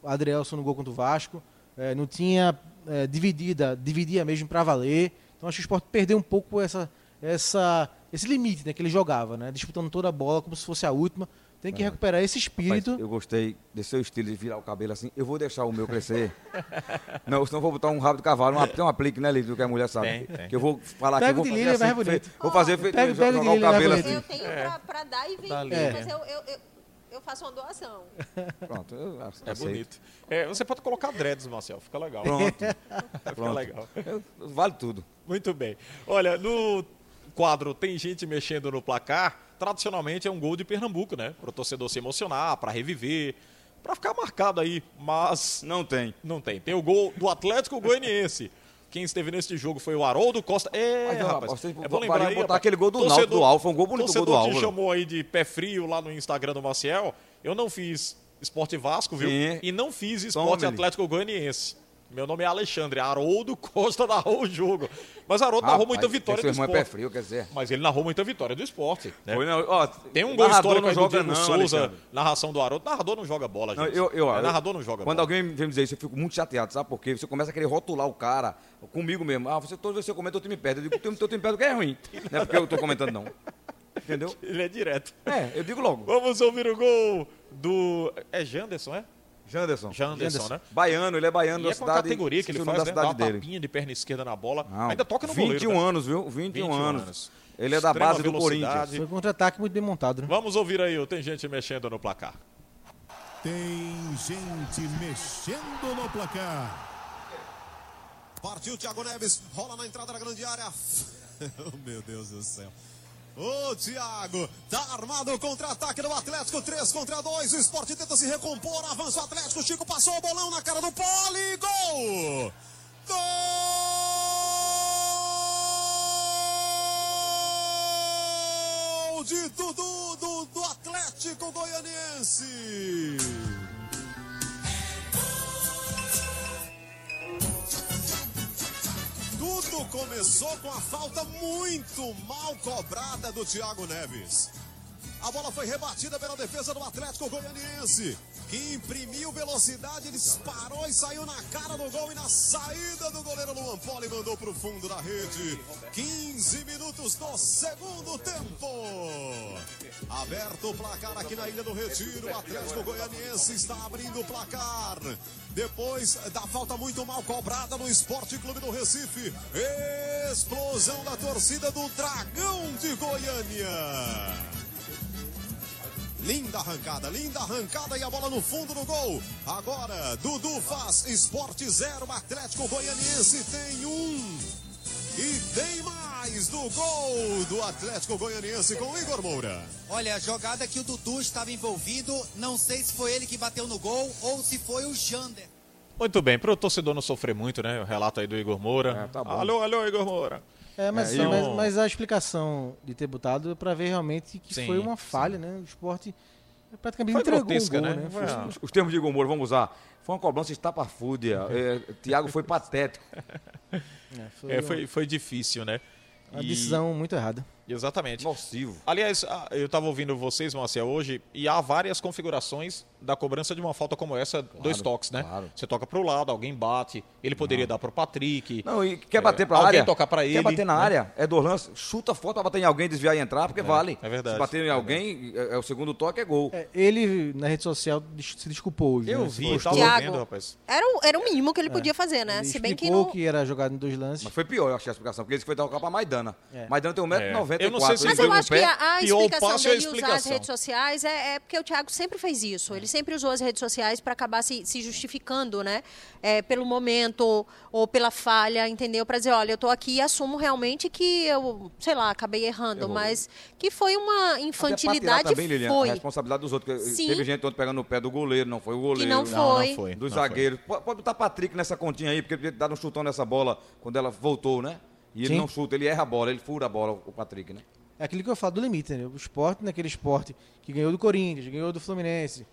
S4: o Adrielson no gol contra o Vasco. eh, não tinha eh, dividida, dividia mesmo para valer. Então acho que o esporte perdeu um pouco essa, essa, esse limite né, que ele jogava, né? disputando toda a bola como se fosse a última. Tem
S2: É.
S4: que recuperar esse
S3: Rapaz,
S4: espírito.
S3: eu gostei desse seu estilo de virar o cabelo assim. Eu vou deixar o meu crescer. não, senão eu vou botar um rabo de cavalo. uma- tem um aplique, né, Lívia, que a mulher sabe.
S2: Tem, tem.
S3: Que eu vou falar
S4: Pega
S3: aqui, eu
S4: de
S3: vou assim,
S4: Lívia, vai
S3: feito-
S4: bonito.
S3: Vou fazer feito,
S4: Pega- pega de
S3: jogar o
S4: Lívia, vai
S3: cabelo
S4: bonito.
S3: assim.
S5: Eu tenho pra, pra dar e vender,
S4: É.
S5: mas eu, eu, eu, eu faço uma doação.
S3: Pronto, eu
S2: É
S3: aceito.
S2: bonito. É, você pode colocar dreads, Marcel. Fica legal.
S3: Pronto,
S4: É
S2: Fica
S3: pronto.
S2: legal.
S3: Eu- vale tudo.
S2: Muito bem. Olha, no quadro Tem Gente Mexendo no Placar, tradicionalmente é um gol de Pernambuco, né? Para o torcedor se emocionar, para reviver, para ficar marcado aí, mas
S3: Não tem.
S2: não tem. Tem o gol do Atlético Goianiense. Quem esteve nesse jogo foi o Haroldo Costa. É,
S3: Mas, ó,
S2: rapaz,
S3: vocês
S2: é bom lembrar
S3: podiam
S2: aí,
S3: botar
S2: rapaz.
S3: aquele gol do Náutico, do Alfa, um gol bonito, o gol do
S2: torcedor te
S3: Álvaro.
S2: chamou aí de pé frio lá no Instagram do Maciel. Eu não fiz Esporte Vasco, viu?
S3: Sim.
S2: E não fiz Esporte
S3: Tome-lhe.
S2: Atlético Goianiense. Meu nome é Alexandre. Haroldo Costa narrou o jogo. Mas Haroldo narrou muita
S3: Rapaz,
S2: vitória do
S3: Seu irmão é
S2: esporte.
S3: pé frio, quer dizer.
S2: Mas ele narrou muita vitória do esporte. né?
S3: Foi, não, ó,
S2: Tem um gol
S3: narrador
S2: histórico aí do Diego Souza,
S3: Alexandre.
S2: narração do Haroldo. Narrador não joga bola,
S3: Não,
S2: gente.
S3: eu, eu,
S2: É,
S3: eu-
S2: narrador não joga
S3: Quando
S2: bola.
S3: alguém vem me dizer isso, eu fico muito chateado, sabe por quê? Você começa a querer rotular o cara comigo mesmo. Ah, você, toda vez que você comenta, eu time perde. Eu digo, teu, teu time perde, que é ruim. Não é porque eu tô comentando, não. Entendeu?
S2: Ele é direto.
S3: É, eu digo logo.
S2: Vamos ouvir o gol do. É Janderson, é?
S3: Janderson.
S2: Janderson, né?
S3: Baiano, ele é
S2: E
S3: baiano da
S2: é com a
S3: cidade.
S2: categoria que ele
S3: esqueci o
S2: faz,
S3: nome
S2: né?
S3: da
S2: Dá uma
S3: cidade dele.
S2: tapinha de perna esquerda na bola.
S3: Não,
S2: Ainda toca no
S3: 21
S2: goleiro. tá?
S3: anos, viu? 21,
S2: 21
S3: anos.
S2: anos.
S3: Ele é da
S2: Extrema
S3: base do
S2: velocidade.
S3: Corinthians.
S4: Foi um contra-ataque muito bem montado, né?
S2: Vamos ouvir aí, ó, tem gente mexendo no placar.
S1: Tem gente mexendo no placar.
S6: Partiu Thiago Neves, rola na entrada da grande área. oh, meu Deus do céu. Ô Thiago, tá armado o contra-ataque do Atlético, 3 contra 2. O esporte tenta se recompor, avança o Atlético. Chico passou o bolão na cara do Poli. Gol! Gol de Dudu do, do Atlético Goianiense. Tudo começou com a falta muito mal cobrada do Thiago Neves. A bola foi rebatida pela defesa do Atlético Goianiense, que imprimiu velocidade, disparou e saiu na cara do gol e na saída do goleiro Luan Poli mandou para o fundo da rede. 15 minutos do segundo tempo. Aberto o placar aqui na Ilha do Retiro. O Atlético Goianiense está abrindo o placar. Depois da falta muito mal cobrada no Esporte Clube do Recife. Explosão da torcida do Dragão de Goiânia. Linda arrancada, linda arrancada e a bola no fundo do gol. Agora, Dudu faz Esporte 0, Atlético Goianiense tem um. E tem mais do gol do Atlético Goianiense com Igor Moura.
S7: Olha, a jogada que o Dudu estava envolvido, não sei se foi ele que bateu no gol ou se foi o Jander.
S2: Muito bem, para o torcedor não sofrer muito, né? O relato aí do Igor Moura.
S3: É, tá bom.
S2: alô, alô, Igor Moura.
S4: É, mas,
S2: É, e o-
S4: mas, mas a explicação de ter botado é pra ver realmente que
S2: Sim,
S4: foi uma falha, né? O esporte praticamente
S2: Foi
S4: entregou o
S2: grotesca,
S4: gol,
S2: né?
S4: né?
S2: Foi a-
S3: Os, os termos de Igor Moura, vamos usar. Foi uma cobrança estapafúrdia. É, Tiago foi patético.
S4: É, foi
S2: É,
S4: uma-
S2: foi, foi difícil, né?
S4: uma
S2: E-
S4: decisão muito errada.
S2: Exatamente.
S3: Nocivo.
S2: Aliás, a- eu estava ouvindo vocês, Marcel, hoje, e há várias configurações da cobrança de uma falta como essa, dois toques, né?
S3: claro.
S2: Você toca para o lado, alguém bate, ele poderia dar para o Patrick.
S3: Não, e quer bater pra
S2: É. alguém
S3: área?
S2: tocar pra ele,
S3: Quer bater na
S2: né?
S3: área? É dois lances. Chuta forte pra bater em alguém, desviar e entrar, porque vale.
S2: é verdade.
S3: Se bater em alguém, é, é o segundo toque, é gol.
S4: É, ele, na rede social, des- se desculpou hoje.
S2: Eu
S4: né?
S2: vi,
S4: Se
S2: tava
S4: postou.
S5: Thiago.
S2: ouvindo, rapaz.
S5: Era o, era o mínimo que ele podia fazer, né?
S4: Ele
S5: Se bem que
S4: explicou
S5: não.
S4: que era jogado em dois lances.
S3: Mas foi pior, eu achei a explicação, porque ele foi dar o capa pra Maidana.
S4: É.
S3: Maidana tem
S2: É.
S3: 1,94m.
S2: Eu não sei se
S5: Mas
S2: Ele
S5: eu
S2: deu
S5: acho
S2: no
S5: que
S2: pé,
S5: a, a
S2: pior
S5: explicação
S2: passe é a
S5: dele usar as
S2: explicação.
S5: redes sociais é, é porque o Thiago sempre fez isso. Ele sempre usou as redes sociais para acabar se, se justificando, né? É, pelo momento ou, ou pela falha, entendeu? Para dizer, olha, eu tô aqui e assumo realmente que eu, sei lá, acabei errando, mas que foi uma infantilidade
S3: é também, Lilian,
S5: foi.
S3: a responsabilidade dos outros. porque
S5: Sim.
S3: Teve gente ontem pegando no pé do goleiro, não foi o goleiro. né?
S5: Que não
S2: Não,
S5: foi.
S2: não foi.
S3: Dos
S2: não foi.
S3: zagueiros. Po- Pode botar Patrick nessa continha aí, porque ele dá um chutão nessa bola quando ela voltou, né? E ele
S4: Sim.
S3: não chuta, ele erra a bola, ele fura a bola, o Patrick, né?
S4: É aquilo que eu falo do limite, né? O esporte, naquele esporte que ganhou do Corinthians, ganhou do Fluminense.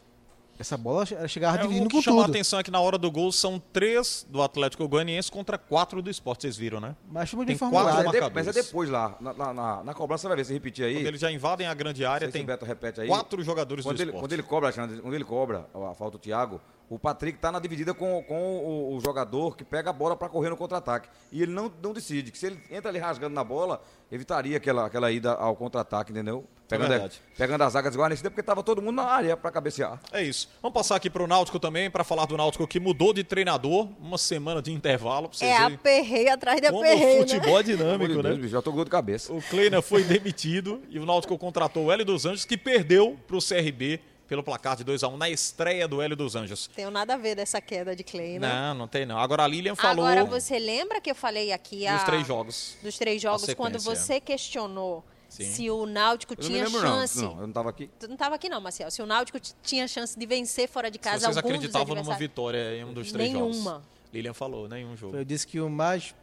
S4: Essa bola che- ela chegava
S2: É, o
S4: dividindo
S2: que
S4: com
S2: chamou a
S4: tudo.
S2: atenção é que na hora do gol são três do Atlético Goianiense contra quatro do esporte, vocês viram, né?
S4: Mas foi muito
S2: Tem
S4: bem
S2: quatro
S3: Mas é,
S4: formulado.
S3: de-
S2: marcadores.
S3: mas é depois lá, na, na- na- na cobrança, vai ver, se repetir aí.
S2: Quando eles já invadem a grande
S3: Não sei
S2: área,
S3: se
S2: tem
S3: o Beto repete aí.
S2: quatro jogadores
S3: quando
S2: do
S3: ele,
S2: esporte.
S3: quando ele cobra, Alexandre, quando ele cobra a falta do Thiago, o Patrick tá na dividida com, com o, o jogador que pega a bola para correr no contra-ataque. E ele não, não decide, que se ele entra ali rasgando na bola, evitaria aquela, aquela ida ao contra-ataque, entendeu? Pegando,
S2: É verdade.
S3: a, pegando a zaga desguarnecida, porque tava todo mundo na área para cabecear.
S2: É isso. Vamos passar aqui para o Náutico também, para falar do Náutico que mudou de treinador, uma semana de intervalo, para vocês
S5: É a
S2: verem
S5: perreia atrás da
S2: como o
S5: perreia. né?
S2: futebol é
S3: Pelo
S2: dinâmico,
S3: amor de Deus,
S2: né?
S3: bicho, Já tô com dor de cabeça.
S2: O Kleiner foi demitido e o Náutico contratou o Hélio dos Anjos, que perdeu para o CRB pelo placar de 2 a 1 na estreia do Hélio dos Anjos.
S5: Tenho nada a ver dessa queda de Clay, né?
S2: Não, não tem não. Agora a Lilian falou
S5: Agora, você lembra que eu falei aqui
S2: dos
S5: a-
S2: três jogos.
S5: dos três jogos,
S2: A
S5: quando
S2: sequência.
S5: você questionou
S2: Sim.
S5: se o Náutico
S3: Eu não me
S5: tinha
S3: lembro, não.
S5: chance.
S3: não. Eu não tava aqui.
S5: Tu não estava aqui não, Marcel. Se o Náutico t- tinha chance de vencer fora de casa,
S2: Vocês
S5: algum
S2: acreditavam
S5: dos
S2: numa
S5: adversários-
S2: vitória em um dos três jogos?
S5: Nenhuma.
S2: Lilian falou, nenhum jogo.
S4: Eu disse que o mais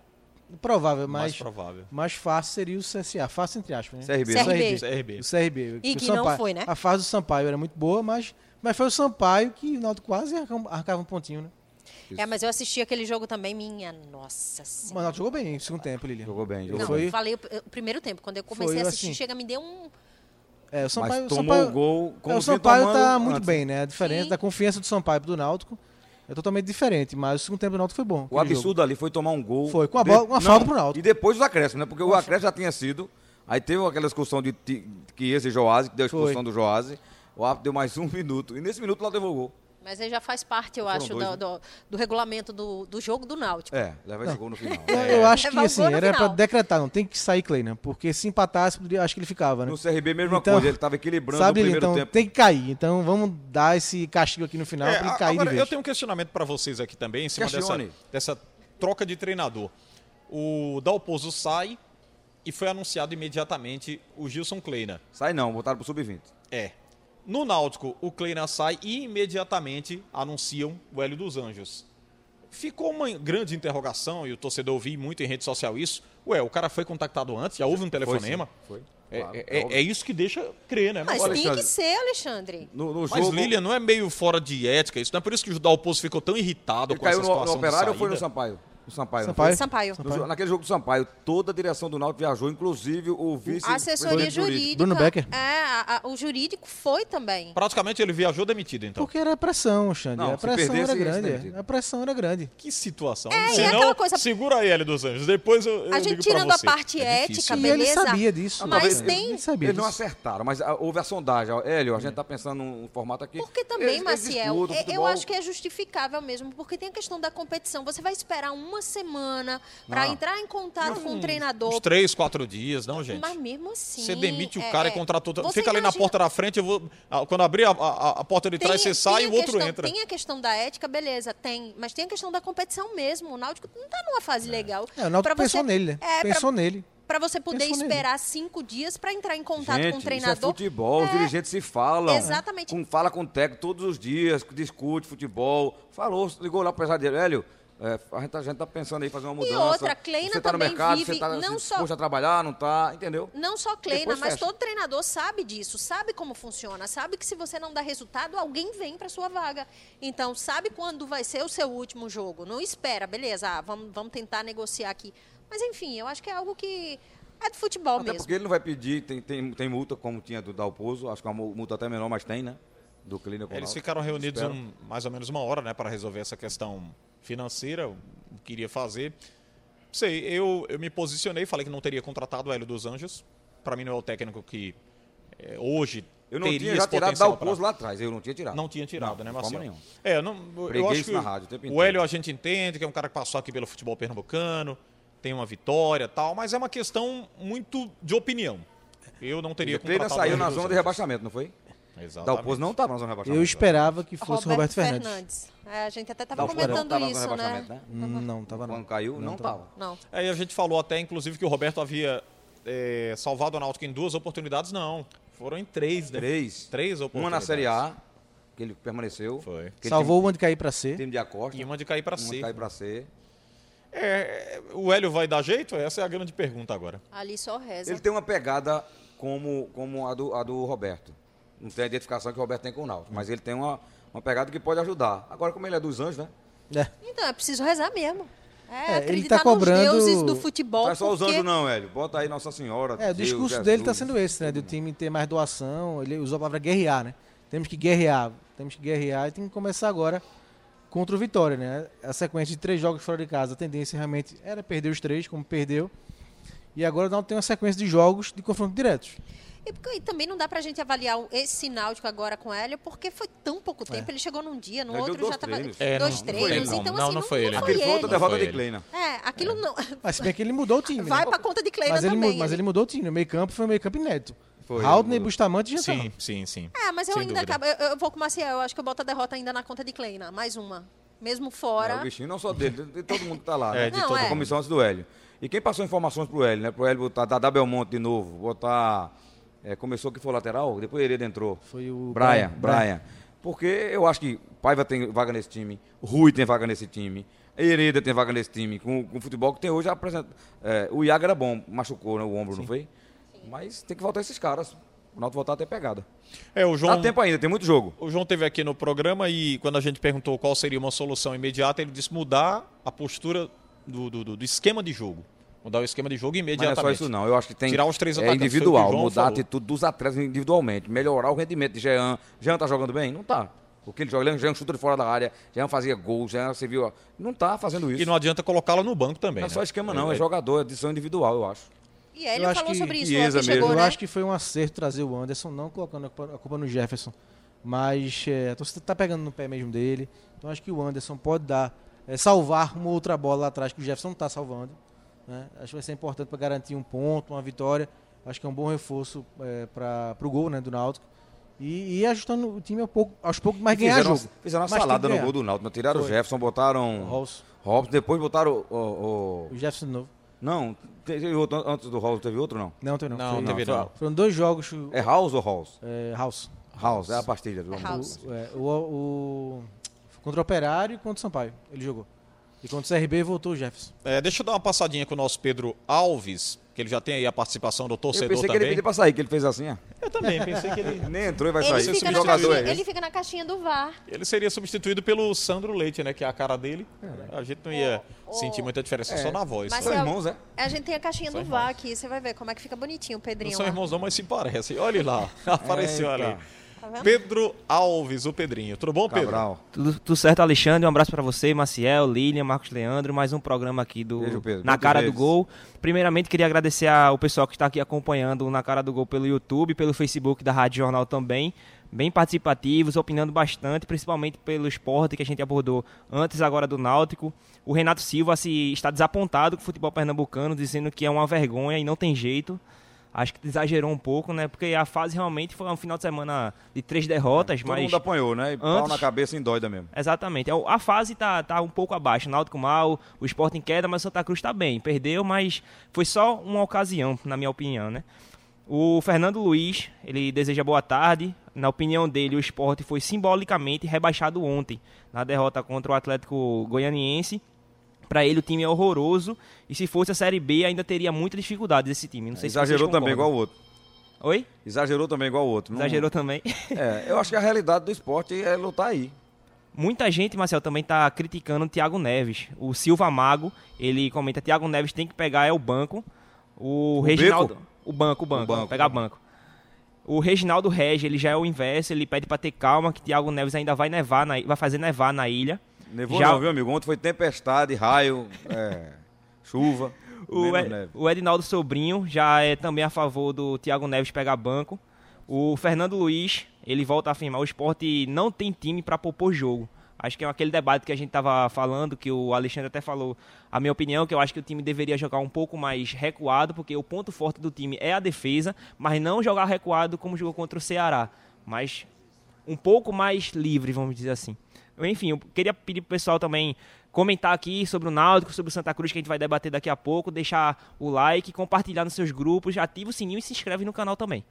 S4: provável,
S2: mais
S4: mais,
S2: provável.
S4: mais fácil seria o CSA. Fácil entre aspas, né?
S3: CRB.
S5: CRB.
S2: O CRB.
S4: O CRB.
S5: E
S4: o
S5: que não
S4: Sampaio-
S5: foi, né?
S4: A fase do Sampaio era muito boa, mas, mas foi o Sampaio que o Náutico quase arca- arcava um pontinho, né?
S5: É, mas eu assisti aquele jogo também, minha nossa
S4: Mas o
S5: senhora.
S4: Náutico jogou bem no segundo tempo, Lilian.
S3: Jogou bem, jogou
S5: Não,
S4: foi-
S5: eu falei o p- o primeiro tempo. Quando eu comecei
S4: Foi,
S5: a assistir,
S4: assim,
S5: chega, me deu um...
S4: É, o Sampaio,
S3: Mas tomou
S4: Sampaio-
S3: o gol
S4: é,
S3: como
S4: o Sampaio
S3: vinha tomando
S4: tá muito
S3: antes.
S4: bem, né? A diferença
S5: Sim.
S4: da confiança do Sampaio pro do Náutico é totalmente diferente, mas o segundo tempo do Náutico foi bom.
S3: O
S4: aquele
S3: absurdo ali foi tomar um gol.
S4: Foi, com a bola- com a falta pro Náutico.
S3: E depois os acréscimos, né? Porque o acréscimo já tinha sido. Aí teve aquela discussão de Ti- Chiesa e Joás, que deu a
S4: Foi.
S3: expulsão do Joás. O árbitro deu mais um minuto. E nesse minuto lá levou o gol.
S5: Mas aí já faz parte, eu acho,
S3: dois,
S5: do,
S3: né?
S5: do- do regulamento do, do jogo do Náutico.
S3: É, leva esse gol no final.
S4: jogo. Eu, eu acho que
S5: Levar o
S4: assim,
S5: gol É, no
S4: era pra
S5: final.
S4: decretar, não tem que sair Clay, né? Porque se empatasse, poderia- acho que ele ficava, né?
S3: No CRB, mesma
S4: Então-
S3: coisa. Ele estava equilibrando
S4: Sabe,
S3: no
S4: Lilian?
S3: primeiro
S4: então
S3: tempo.
S4: tem que cair. Então vamos dar esse castigo aqui no final
S2: É,
S4: pra ele
S2: a-
S4: cair
S2: agora,
S4: de vez.
S2: Eu tenho um questionamento para vocês aqui também, em cima dessa,
S3: Questione.
S2: dessa troca de treinador. O Dalpozo sai e foi anunciado imediatamente o Gilson Kleina.
S3: Sai não, botaram pro sub-20.
S2: É. No Náutico, o Kleina sai e imediatamente anunciam o Hélio dos Anjos. Ficou uma grande interrogação, e o torcedor ouvi muito em rede social isso. Ué, o cara foi contactado antes, já houve um telefonema.
S3: Foi.
S2: É,
S3: Claro,
S2: é-
S3: é
S2: é,
S3: óbvio.
S2: isso que deixa crer, né?
S5: Mas
S2: Agora,
S5: tem
S3: Alexandre.
S5: que ser, Alexandre.
S3: No, no
S2: mas
S3: jogo,
S2: Lilian não é meio fora de ética isso. Não é por isso que o Dalpozo ficou tão irritado
S3: ele
S2: com essa
S3: caiu no, no
S2: situação de
S3: Operário ou foi no
S2: saída?
S3: Sampaio? Do Sampaio. não
S4: Sampaio.
S3: foi?
S5: Sampaio.
S3: No jo- naquele jogo do Sampaio, toda a direção do Náutico viajou, inclusive o vice.
S5: A assessoria
S3: presidente jurídico.
S5: jurídica.
S4: Bruno Becker.
S5: É, a- a- o jurídico foi também.
S2: Praticamente ele viajou demitido, então.
S4: Porque era pressão, Xande.
S3: Não,
S4: a
S3: se
S4: pressão
S3: perdesse,
S4: era
S3: ia ser
S4: grande. é.
S3: demitido.
S4: A pressão era grande.
S2: Que situação.
S5: É, e
S2: Senão,
S5: aquela coisa-
S2: Segura aí, L dos Anjos. Depois eu, eu
S5: A gente
S2: ligo pra
S5: tirando a
S2: você.
S5: parte
S2: É
S5: ética,
S2: difícil.
S4: E
S5: beleza?
S4: ele sabia disso.
S5: Mas
S4: Talvez
S5: tem-
S4: Ele sabia
S3: Eles não
S4: disso.
S3: acertaram, mas ah, houve a sondagem. ó, Hélio, a gente está pensando num formato aqui.
S5: Porque também,
S3: Eles- eles
S5: Maciel,
S3: disputam,
S5: é- eu
S3: futebol-
S5: acho que é justificável mesmo, porque tem a questão da competição. Você vai esperar uma semana para
S2: Ah.
S3: Não.
S5: entrar em contato com o treinador.
S2: Uns três, quatro dias, não, gente.
S5: Mas mesmo assim.
S2: um Você demite o cara e contrata outro.
S5: Você
S2: Fica ali na
S5: imagina-
S2: porta da frente, eu vou- ah, quando abrir a, a- a porta de trás, você sai e
S5: a
S2: o outro
S5: questão-
S2: entra.
S5: Tem a questão da ética, beleza, tem. Mas tem a questão da competição mesmo. O Náutico não tá numa fase legal.
S4: É, o
S5: Pra
S4: Náutico
S5: você-
S4: pensou nele, né?
S5: É,
S4: pensou
S5: pra,
S4: nele.
S3: Tá
S5: pra você poder
S4: pensou nele.
S5: esperar cinco dias para entrar em contato
S3: Gente,
S5: com o
S3: isso
S5: treinador.
S3: é futebol, os dirigentes se falam.
S5: Exatamente.
S3: Com, fala com o técnico todos os dias, discute futebol. Falou, ligou lá pro empresário dele, Hélio, é, a, gente, tá- a gente tá pensando em fazer uma
S5: E
S3: mudança.
S5: outra, Kleina
S3: você tá no
S5: também
S3: mercado,
S5: vive,
S3: você tá
S5: não só-
S3: disposto a trabalhar, não tá, entendeu?
S5: Não só Kleina,
S3: Depois
S5: mas
S3: fecha.
S5: todo treinador sabe disso, sabe como funciona, sabe que se você não dá resultado, alguém vem para sua vaga. Então, sabe quando vai ser o seu último jogo. Não espera, beleza, ah, vamos, vamos tentar negociar aqui. Mas, enfim, eu acho que é algo que é do futebol
S3: Até
S5: mesmo.
S3: porque ele não vai pedir, tem, tem, tem multa, como tinha do Dalpozo, acho que é uma multa até menor, mas tem, né? Do Clínico.
S2: Eles ficaram reunidos um- mais ou menos uma hora, né, para resolver essa questão financeira, o que queria fazer. Não Sei, eu, eu me posicionei, falei que não teria contratado o Hélio dos Anjos. Para mim não é o técnico que é, hoje
S3: Eu não
S2: teria
S3: tinha
S2: esse
S3: já tirado
S2: potencial pra-
S3: Dalpozo lá atrás, eu não tinha tirado.
S2: Não tinha tirado,
S3: Não,
S2: né,
S3: de forma
S2: Marcelo?
S3: nenhuma.
S2: É, eu não, eu
S3: Preguei
S2: acho
S3: isso
S2: que
S3: na rádio o tempo
S2: o
S3: inteiro.
S2: Hélio a gente entende, que é um cara que passou aqui pelo futebol pernambucano, tem uma vitória e tal, mas é uma questão muito de opinião. Eu não teria
S3: O Cleina
S2: contratado o
S3: saiu
S2: Hélio
S3: na
S2: dos
S3: zona de
S2: Anjos.
S3: rebaixamento, não foi?
S2: Exatamente.
S3: Dalpozo não tá- estava na zona de rebaixamento. né?
S4: Eu esperava que fosse Roberto, Fernandes.
S5: É, a gente até estava
S3: Não,
S5: comentando
S3: tava no
S5: isso, né?
S3: rebaixamento, né?
S4: Hum, Não, tava não.
S3: Quando caiu, não
S4: tava.
S3: estava.
S5: Não.
S2: Aí a gente falou até, inclusive, que o Roberto havia é, salvado o Náutico em duas oportunidades, não. Foram em três, né?
S3: Três.
S2: Três
S3: Uma na
S2: oportunidades.
S3: Série A, que ele permaneceu.
S2: Foi.
S3: Que
S4: Salvou
S3: ele
S4: uma de cair pra
S3: time,
S4: C.
S3: time de Acosta.
S2: E uma de cair pra
S3: uma
S2: C.
S3: cai pra C.
S2: É, o Hélio vai dar jeito? Essa é a grande pergunta agora.
S5: Ali só reza.
S3: Ele tem uma pegada como, como a, do, a do Roberto. Não tem a identificação que o Roberto tem com o Náutico, mas ele tem uma, uma pegada que pode ajudar. Agora, como ele é dos anjos, né?
S4: É.
S5: Então, é preciso rezar mesmo. É,
S4: É, ele
S5: acreditar
S4: tá cobrando-
S5: nos deuses do futebol.
S3: Não é só os
S5: porque-
S3: anjos, não, Hélio. Bota aí Nossa Senhora.
S4: É, o
S3: Deus,
S4: discurso dele está
S3: Jesus.
S4: sendo esse, né? Do time ter mais doação. Ele usou a palavra guerrear, né? Temos que guerrear, temos que guerrear e tem que começar agora contra o Vitória, né? A sequência de três jogos fora de casa, a tendência realmente era perder os três, como perdeu. E agora não tem uma sequência de jogos de confronto diretos.
S5: E, É porque- e também não dá pra gente avaliar o- esse náutico agora com o Hélio, porque foi tão pouco tempo. Ele chegou num dia, no
S3: Ele deu
S5: outro
S3: dois
S5: já tava.
S3: treinos.
S2: É, não-
S5: dois
S2: não foi
S5: treinos.
S2: ele, não.
S5: Então,
S2: Não,
S5: assim,
S2: não foi ele.
S5: Não foi
S3: Aquele foi outra
S2: derrota
S5: ele.
S3: derrota
S2: foi
S3: de
S2: ele.
S3: Kleina.
S5: É, aquilo não.
S4: Mas se bem que ele mudou o time. né?
S5: Vai pra conta de Kleina
S4: mas, ele,
S5: também.
S4: mu- mas ele mudou o time. O meio-campo foi um meio-campo inédito.
S3: Foi,
S4: Haldner,
S3: ele mudou.
S4: Bustamante e
S2: Sim,
S4: Gentão.
S2: sim, sim.
S5: É, mas eu
S2: Sem
S5: ainda
S2: dúvida.
S5: acabo. Eu, eu vou com o Maciel. Eu acho que eu boto a derrota ainda na conta de Kleina. Mais uma. Mesmo
S3: É, o
S5: fora.
S3: bichinho não só dele, de de todo mundo que tá lá.
S2: É,
S3: né?
S2: de
S5: Não, todo é. mundo.
S3: A comissão antes do Hélio. E quem passou informações pro Hélio, né? Pro Hélio botar Dadá Belmonte de novo, botar. é, começou que foi lateral, depois Hereda entrou.
S4: Foi o
S3: Brian,
S4: Brian,
S3: Brian. Porque eu acho que Paiva tem vaga nesse time, Rui tem vaga nesse time, Hereda tem vaga nesse time. Com, com o futebol que tem hoje, apresenta, é, o Iago era bom, machucou né, o ombro, não foi? Mas tem que voltar esses caras. O Náutico voltar até pegada.
S2: É, o João...
S3: Dá tempo ainda, tem muito jogo.
S2: O João teve aqui no programa e quando a gente perguntou qual seria uma solução imediata, ele disse mudar a postura do, do, do- do esquema de jogo. Mudar o esquema de jogo
S3: Mas não é
S2: imediatamente.
S3: só isso não, eu acho que tem
S2: Tirar os três
S3: é
S2: atacantes, foi o
S3: individual,
S2: que o João
S3: mudar a
S2: falou.
S3: atitude dos atletas individualmente, melhorar o rendimento de Jean. Jean tá jogando bem? Não tá. O que ele joga, ele- Jean chuta de fora da área, Jean fazia gol, Jean se viu, ó, não tá fazendo isso.
S2: E não adianta colocá-la no banco também.
S3: Não é
S2: né?
S3: só esquema não, é, jogador, é decisão individual, eu acho.
S5: E ele
S4: Eu acho
S5: falou
S4: que-
S5: sobre
S4: que
S5: isso logo
S3: Chiesa
S5: que
S3: mesmo.
S5: chegou,
S4: Eu
S5: né?
S4: acho que foi um acerto trazer o Anderson, não colocando a culpa, a culpa no Jefferson. Mas é, a torcida tá pegando no pé mesmo dele. Então acho que o Anderson pode dar, é, salvar uma outra bola lá atrás que o Jefferson não tá salvando. né? Acho que vai ser importante para garantir um ponto, uma vitória. Acho que é um bom reforço para o gol né, do Náutico. E, e ajustando o time ao pouco- aos poucos, mas ganhar
S3: fizeram,
S4: jogo.
S3: Uma, fizeram uma
S4: Mas tem que
S3: salada no
S4: ganhar.
S3: gol do Náutico, tiraram
S4: Foi.
S3: o Jefferson, botaram
S4: O Robson,
S3: Robson, depois botaram o... o- o-
S4: o Jefferson de novo.
S3: Não, teve outro, antes do Robson teve outro não?
S4: Não, teve não.
S2: Não,
S4: Foi-
S2: teve
S4: foi-
S2: não.
S4: Foram dois jogos.
S3: É House ou House?
S4: É, House.
S3: House, é a pastilha. do
S5: É House.
S4: É, o, o- contra o Operário e contra o Sampaio. Ele jogou. E contra o CRB voltou o Jefferson.
S2: É, deixa eu dar uma passadinha com o nosso Pedro Alves, que ele já tem aí a participação do
S3: Eu
S2: torcedor
S3: pensei que ele
S2: também.
S3: pediu pra sair, que ele fez assim, ó.
S2: Eu também, pensei que ele.
S3: Nem entrou e vai
S5: Ele
S3: sair.
S5: fica,
S3: Esse
S5: na
S3: jogador
S5: caixinha,
S3: é
S5: ele
S3: esse.
S5: fica na caixinha do VAR.
S2: Ele seria substituído pelo Sandro Leite, né? Que é a cara dele.
S3: né?
S2: A gente não ia
S5: Ô, ô.
S2: sentir muita diferença só na voz. né?
S5: Mas
S2: só.
S3: São
S5: é-
S3: irmãos, é?
S5: A gente tem a caixinha do VAR aqui, você vai ver como é que fica bonitinho o
S2: Não
S5: Pedrinho.
S2: são
S5: lá.
S2: irmãos não, mas se parecem. Olha lá, apareceu
S3: Eita.
S2: ali.
S5: Tá vendo?
S2: Pedro Alves, o Pedrinho. Tudo bom, Pedro?
S3: Cabral.
S8: Tudo, tudo certo, Alexandre. Um abraço pra você, Maciel, Lilian, Marcos Leandro. Mais um programa aqui do
S3: Beijo, Pedro.
S8: Na
S3: Muitas
S8: Cara
S3: vezes.
S8: do Gol. Primeiramente, queria agradecer ao pessoal que está aqui acompanhando o Na Cara do Gol pelo YouTube, pelo Facebook da Rádio Jornal também. Bem participativos, opinando bastante, principalmente pelo esporte que a gente abordou antes agora do Náutico. O Renato Silva se está desapontado com o futebol pernambucano, dizendo que é uma vergonha e não tem jeito. Acho que exagerou um pouco, né? Porque a fase realmente foi um final de semana de três derrotas,
S3: Todo
S8: mas
S3: mundo apanhou, né? E pau
S8: antes-
S3: na cabeça em dóida mesmo.
S8: Exatamente. É o- A fase tá, tá um pouco abaixo. O Náutico mal, o Sport em queda, mas o Santa Cruz tá bem. Perdeu, mas foi só uma ocasião, na minha opinião, né? O Fernando Luiz, ele deseja boa tarde. Na opinião dele, o Sport foi simbolicamente rebaixado ontem, na derrota contra o Atlético Goianiense. Pra ele, o time é horroroso. E se fosse a Série B, ainda teria muita dificuldade esse time. Não sei se
S3: Exagerou também, igual o outro.
S8: o... Oi?
S3: Exagerou também, igual o outro. Não-
S8: Exagerou também.
S3: É, eu acho que a realidade do esporte é lutar aí.
S8: Muita gente, Marcel, também tá criticando o Thiago Neves. O Silva Mago, ele comenta: Thiago Neves tem que pegar é o banco. O, Reginaldo.
S3: beco?
S8: O banco, o banco.
S3: O banco,
S8: pegar banco. O Reginaldo Regi, ele já é o inverso, ele pede pra ter calma, que Thiago Neves ainda vai nevar na, vai fazer nevar na ilha.
S3: Nevou
S8: Já-
S3: não, viu, amigo? Ontem foi tempestade, raio, é, chuva,
S8: O,
S3: menos
S8: Ed-
S3: neve.
S8: o Edinaldo Sobrinho já é também a favor do Thiago Neves pegar banco. O Fernando Luiz, ele volta a afirmar, o esporte não tem time para propor jogo. Acho que é aquele debate que a gente estava falando, que o Alexandre até falou, a minha opinião, que eu acho que o time deveria jogar um pouco mais recuado, porque o ponto forte do time é a defesa, mas não jogar recuado como jogou contra o Ceará. Mas um pouco mais livre, vamos dizer assim. Enfim, eu queria pedir pro pessoal também comentar aqui sobre o Náutico, sobre o Santa Cruz, que a gente vai debater daqui a pouco, deixar o like, compartilhar nos seus grupos, ativa o sininho e se inscreve no canal também.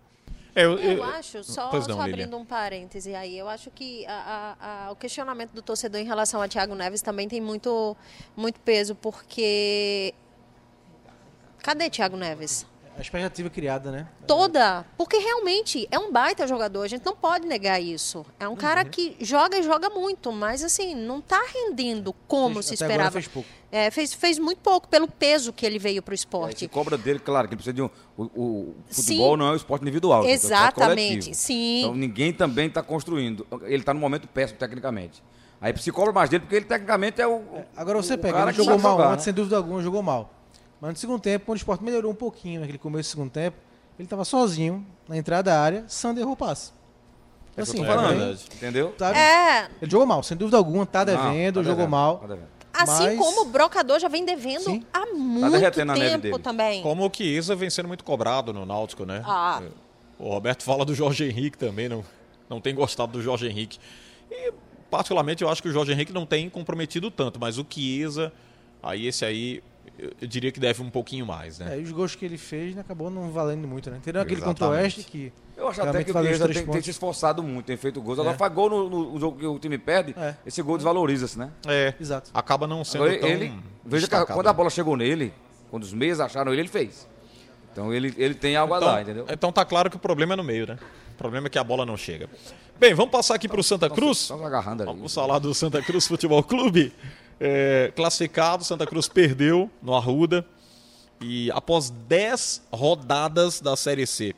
S2: É, eu-
S5: Eu
S2: eu-
S5: acho, só,
S2: Pois não,
S5: só
S2: Lilian.
S5: abrindo um parêntese aí, eu acho que a- a- a- o questionamento do torcedor em relação a Thiago Neves também tem muito, muito peso, porque. Cadê Thiago Neves?
S4: A expectativa criada, né?
S5: Toda, porque realmente é um baita jogador, a gente não pode negar isso. É um
S4: Uhum.
S5: cara que joga e joga muito, mas assim, não tá rendendo como
S4: Fez-
S5: se
S4: até agora
S5: esperava.
S4: fez pouco.
S5: É, fez, fez muito pouco pelo peso que ele veio para o esporte.
S4: É,
S3: Se cobra dele, claro, que precisa de um. O, o futebol
S5: Sim.
S3: não é um esporte individual. gente, É um esporte
S5: Exatamente,
S3: coletivo.
S5: sim.
S3: Então ninguém também está construindo. Ele está num momento péssimo tecnicamente. Aí se cobra mais dele, porque ele tecnicamente é o.
S4: Agora você
S3: o
S4: pega,
S3: cara
S4: ele
S3: que
S4: jogou
S3: sabe
S4: mal
S3: jogar,
S4: ontem,
S3: né?
S4: sem dúvida alguma, jogou mal. Mas no segundo tempo, quando o esporte melhorou um pouquinho naquele começo do segundo tempo, ele estava sozinho na entrada da área, Sander errou o passe.
S3: É
S4: Então, assim,
S2: tô
S4: também,
S2: falando.
S3: Entendeu?
S4: sabe?
S5: É,
S4: Ele jogou mal, sem dúvida alguma, tá devendo,
S3: né? Não, tá
S4: jogou
S3: devendo,
S4: mal.
S3: tá devendo.
S5: assim
S4: Mas-
S5: como o Brocador já vem devendo
S4: Sim.
S5: há muito
S3: Tá derretendo a neve
S5: tempo
S3: dele.
S5: também.
S2: Como o Chiesa vem sendo muito cobrado no Náutico, né?
S5: Ah.
S2: O Roberto fala do Jorge Henrique também, não, não tem gostado do Jorge Henrique. E, particularmente, eu acho que o Jorge Henrique não tem comprometido tanto, mas o Chiesa, aí esse aí, eu, eu diria que deve um pouquinho mais, né?
S4: É, e os gols que ele fez né, acabou não valendo muito, né? Entendeu? Aquele contra o
S2: Exatamente.
S4: Oeste que.
S3: Eu acho até
S4: realmente
S3: que o
S4: valeu os
S3: Guedes
S4: três
S3: tem, tem
S4: pontos.
S3: se esforçado muito, tem feito gols. Agora faz gol no, no jogo que o time perde,
S4: É.
S3: esse gol desvaloriza-se, né?
S2: É,
S4: Exato.
S2: acaba não sendo
S3: Agora,
S2: tão
S3: ele, veja que a-
S2: destacado,
S3: quando
S2: né?
S3: a bola chegou nele, quando os meias acharam ele, ele fez. Então ele, ele tem algo a dar, entendeu?
S2: então tá claro que o problema é no meio, né? O problema é que a bola não chega. Bem, vamos passar aqui para o Santa Cruz.
S3: Estamos agarrando ali.
S2: Vamos falar do Santa Cruz Futebol Clube. É, classificado, Santa Cruz perdeu no Arruda. E após 10 rodadas da Série C,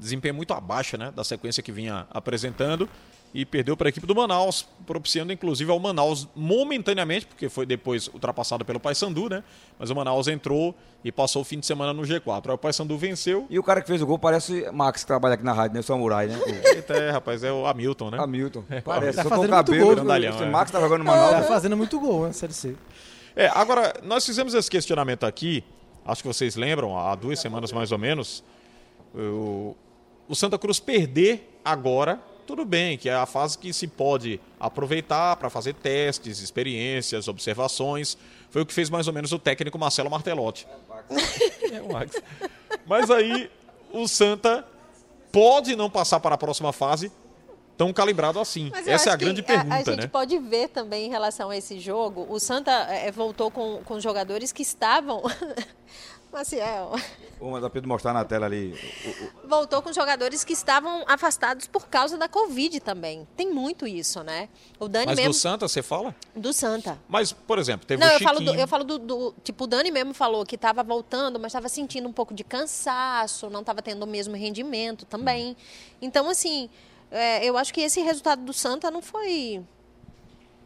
S2: desempenho muito abaixo né, da sequência que vinha apresentando. E perdeu para a equipe do Manaus, propiciando inclusive ao Manaus momentaneamente, porque foi depois ultrapassado pelo Paysandu, né? Mas o Manaus entrou e passou o fim de semana no G4. Aí o Paysandu venceu.
S3: E o cara que fez o gol parece Max, que trabalha aqui na rádio, né? O Samurai, né?
S2: Eita, é, rapaz, é o Hamilton, né?
S3: O Hamilton. Parece.
S4: Tá
S3: Só com o
S4: fazendo muito gol,
S3: cabelo.
S2: Grandalhão,
S3: esse
S2: é.
S3: Max tá jogando no
S4: Tá
S3: Manaus.
S4: fazendo muito gol, né? Série C.
S2: É, agora, nós fizemos esse questionamento aqui, acho que vocês lembram, há duas semanas mais ou menos. O, o Santa Cruz perder agora, tudo bem, que é a fase que se pode aproveitar para fazer testes, experiências, observações. Foi o que fez mais ou menos o técnico Marcelo Martelotti. É o Max. Mas aí, o Santa pode não passar para a próxima fase tão calibrado assim.
S5: Mas eu
S2: Essa é
S5: acho
S2: a grande
S5: que
S2: pergunta,
S5: A gente
S2: né?
S5: pode ver também em relação a esse jogo. O Santa eh, voltou com, com jogadores que estavam. assim, é, Maciel.
S3: Ô, mas dá pra tu mostrar na tela ali.
S5: Voltou com jogadores que estavam afastados por causa da Covid também. Tem muito isso, né? O Dani
S2: Mas
S5: mesmo.
S2: do Santa, você fala?
S5: do Santa.
S2: Mas, por exemplo, teve
S5: Não,
S2: o
S5: eu
S2: Chiquinho.
S5: falo, do, eu falo do, do- Tipo, o Dani mesmo falou que estava voltando, mas estava sentindo um pouco de cansaço, não estava tendo o mesmo rendimento também.
S2: Hum.
S5: Então, assim, é, eu acho que esse resultado do Santa não foi.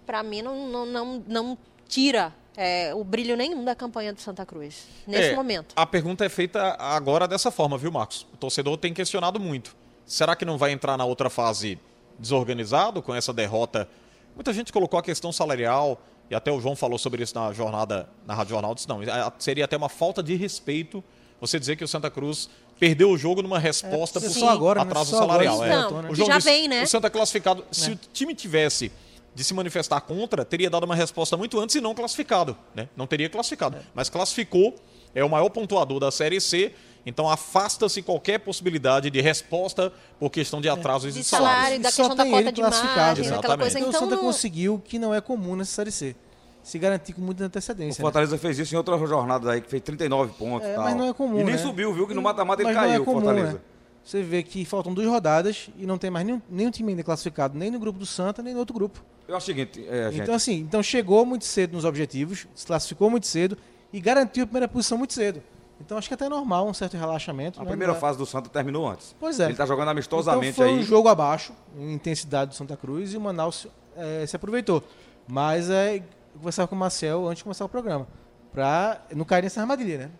S5: Para mim, não, não, não, não tira é, o brilho nenhum da campanha do Santa Cruz, nesse
S2: É,
S5: momento.
S2: A pergunta é feita agora dessa forma, viu, Marcos? O torcedor tem questionado muito. Será que não vai entrar na outra fase desorganizado com essa derrota? Muita gente colocou a questão salarial e até o João falou sobre isso na jornada na Rádio Jornal, disse não, a- seria até uma falta de respeito você dizer que o Santa Cruz perdeu o jogo numa resposta
S4: porque
S2: por
S4: só agora, né?
S2: atraso
S4: Só agora
S2: salarial.
S5: isso
S2: é.
S5: voltou, né?
S2: O João
S5: Já
S2: disse,
S5: vem, né?
S2: O Santa é classificado,
S4: É.
S2: se o time tivesse de se manifestar contra, teria dado uma resposta muito antes e não classificado, né? Não teria
S4: É.
S2: classificado, mas classificou, é o maior pontuador da Série C, então afasta-se qualquer possibilidade de resposta por questão
S4: É.
S2: de atrasos
S5: De
S2: e salários.
S5: salário, Ah, da
S4: E só
S5: questão da
S4: tem
S5: cota
S4: ele
S5: de
S4: classificado,
S5: margem, daquela
S2: exatamente.
S5: coisa.
S4: Então,
S5: Então,
S4: o Santa
S5: não-
S4: conseguiu o que não é comum nessa Série C. Se garantir com muita
S3: O
S4: antecedência. né?
S3: Fortaleza fez isso em outras jornadas aí, que fez 39 pontos e
S4: É,
S3: tal.
S4: mas não é comum,
S3: E nem
S4: né?
S3: subiu, viu? Que no mata-mata ele
S4: Mas não
S3: caiu,
S4: é comum,
S3: Fortaleza.
S4: né? Você vê que faltam duas rodadas e não tem mais nenhum, nenhum time ainda classificado, nem no grupo do Santa, nem no outro grupo.
S3: Eu acho o seguinte, é, gente,
S4: Então, assim, então chegou muito cedo nos objetivos, se classificou muito cedo e garantiu a primeira posição muito cedo. Então acho que até é normal um certo relaxamento.
S3: a
S4: né?
S3: primeira
S4: Não é-
S3: fase do Santa terminou antes.
S4: Pois é.
S3: Ele tá jogando amistosamente
S4: então foi
S3: aí.
S4: um jogo abaixo, em intensidade do Santa Cruz, e o Manaus eh, se aproveitou. Mas é, eu conversava com o Marcel antes de começar o programa, para não cair nessa armadilha, né?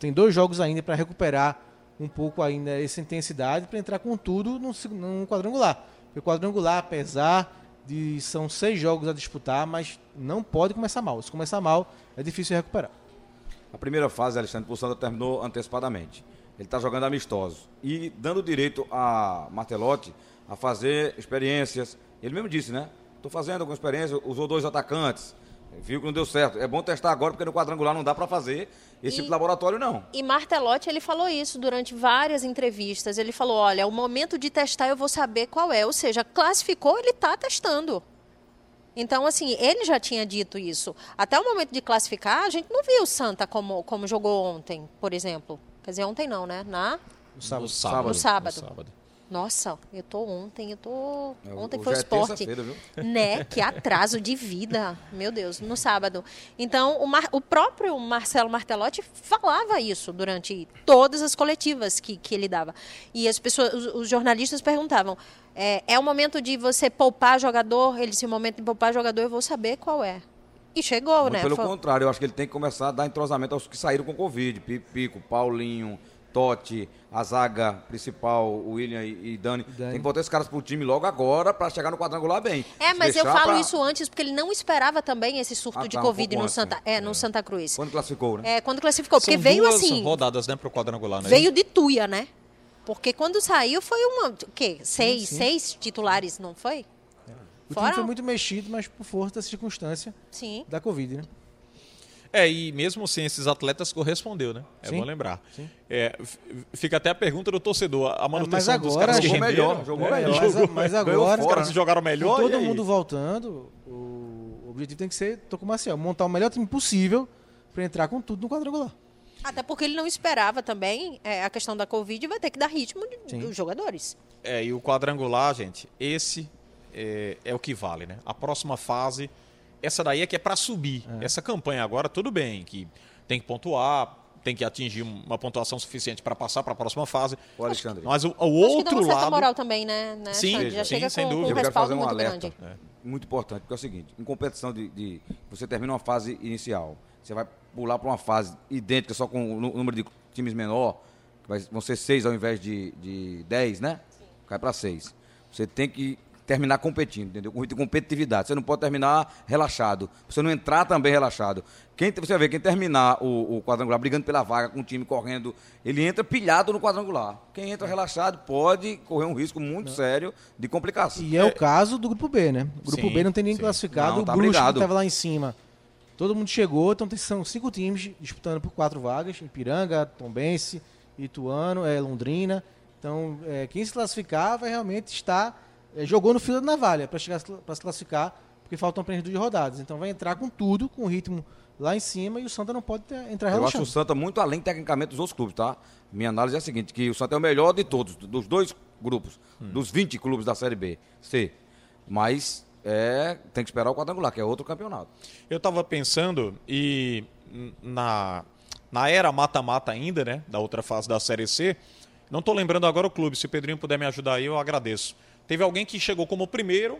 S4: Tem dois jogos ainda para recuperar um pouco ainda essa intensidade, para entrar com tudo num, seg- num quadrangular. Porque o quadrangular, apesar de são seis jogos a disputar, mas não pode começar mal. Se começar mal, é difícil recuperar.
S3: A primeira fase, Alexandre, pro Santa terminou antecipadamente. Ele tá jogando amistoso. E dando direito a Martelotti a fazer experiências. Ele mesmo disse, né? Tô fazendo alguma experiência, usou dois atacantes. Viu que não deu certo. É bom testar agora, porque no quadrangular não dá para fazer esse
S5: E-
S3: tipo de laboratório, não.
S5: E Martelotti, ele falou isso durante várias entrevistas. Ele falou, olha, o momento de testar eu vou saber qual é. Ou seja, classificou, ele está testando. Então, assim, ele já tinha dito isso. Até o momento de classificar, a gente não viu o Santa como, como jogou ontem, por exemplo. Quer dizer, ontem não, né? Na...
S4: No sábado.
S2: No sábado.
S5: No sábado.
S2: No sábado.
S5: Nossa, eu tô ontem, eu tô.
S3: É,
S5: Ontem
S3: hoje
S5: foi o
S3: é
S5: esporte.
S3: terça-feira, viu?
S5: Né? Que atraso de vida. Meu Deus, no sábado. Então, o, Mar- o próprio Marcelo Martelotti falava isso durante todas as coletivas que, que ele dava. E as pessoas, os, os jornalistas perguntavam: é, é o momento de você poupar jogador? Ele disse: o momento de poupar jogador, eu vou saber qual é. E chegou,
S3: Muito
S5: né?
S3: pelo
S5: Foi-
S3: contrário, eu acho que ele tem que começar a dar entrosamento aos que saíram com Covid. Pi- Pico, Paulinho, Totti, a zaga principal, o William e, e Dani. Tem que botar esses caras pro time logo agora pra chegar no quadrangular bem.
S5: É,
S3: Se
S5: mas eu
S3: deixar
S5: falo
S3: pra-
S5: isso antes porque ele não esperava também esse surto
S3: Ah,
S5: de
S3: tá, um
S5: Covid
S3: pouco
S5: no
S3: antes,
S5: Santa,
S3: né?
S5: é, no Santa Cruz.
S3: Quando classificou, né?
S5: É, quando classificou, porque
S2: São
S5: veio
S2: duas
S5: assim,
S2: rodadas, né, pro quadrangular, né?
S5: veio de tuia, né? Porque quando saiu foi uma, o quê? Seis, seis titulares, não foi?
S4: O
S5: Fora-
S4: time foi muito mexido, mas por força da circunstância
S5: Sim.
S4: da Covid, né?
S2: É, e mesmo sem esses atletas correspondeu, né? É
S4: Sim. É,
S2: bom lembrar. É, f- fica até a pergunta do torcedor, a
S4: mas
S2: manutenção dos
S4: agora
S2: caras que
S3: jogou
S2: renderam.
S3: melhor, jogou
S2: né?
S3: melhor.
S4: É, Mas, mas
S3: Ganhou
S4: agora,
S2: Os
S3: fora,
S2: caras que jogaram
S4: com
S2: melhor e
S3: é
S4: todo
S2: aí?
S4: mundo voltando, o objetivo tem que ser, tô com o Marcel, montar o melhor time possível para entrar com tudo no quadrangular.
S5: Até porque ele não esperava também é, a questão da Covid vai ter que dar ritmo de- dos jogadores.
S2: É, e o quadrangular, gente, esse é, é o que vale, né? A próxima fase, essa daí é que é pra subir. Essa campanha agora, tudo bem, que tem que pontuar, tem que atingir uma pontuação suficiente pra passar pra próxima fase.
S3: Ô, Alexandre.
S2: Mas o, o
S5: Acho que dá
S2: outro
S5: uma certa
S2: lado.
S5: moral também, né? né
S2: Sim,
S5: Xande? já
S2: sim,
S5: chega
S2: sem
S5: com, com
S2: dúvida.
S5: um
S2: Eu
S3: quero fazer
S5: respaldo
S3: um
S5: muito
S3: alerta.
S5: grande.
S3: muito importante, porque é o seguinte, em competição de, de- você termina uma fase inicial, você vai pular para uma fase idêntica, só com o nu- número de times menor, que vai- vão ser seis ao invés de, de dez, né? Cai para seis. Você tem que terminar competindo, entendeu? Com muita competitividade. Você não pode terminar relaxado. Você não entrar também relaxado. Quem, você vê, quem terminar o, o quadrangular brigando pela vaga, com o time correndo, ele entra pilhado no quadrangular. Quem entra relaxado pode correr um risco muito sério de complicação.
S4: E é, o caso do grupo B, né? O grupo
S2: Sim,
S4: B não tem ninguém
S2: sim.
S4: classificado,
S3: Não,
S4: o
S3: tá
S4: Brusque
S3: brigado.
S4: estava lá em cima. Todo mundo chegou, então tem- são cinco times disputando por quatro vagas, Ipiranga, Tombense, Ituano, é, Londrina. Então, é, quem se classificar vai realmente estar eh, jogou no fio da navalha para chegar para se classificar, porque faltam apenas duas rodadas. Então vai entrar com tudo, com o ritmo lá em cima e o Santa não pode ter- entrar
S3: Eu acho o
S4: relaxando.
S3: Santa muito além tecnicamente dos outros clubes, tá? Minha análise é a seguinte, que o Santa é o melhor de todos, dos dois grupos, dos 20 clubes da Série B, C. Mas é, tem que esperar o quadrangular, que é outro campeonato.
S2: Eu tava pensando e n- na, na era mata-mata ainda, né? Da outra fase da Série C. Não tô lembrando agora o clube. Se o Pedrinho puder me ajudar aí, eu agradeço. Teve alguém que chegou como primeiro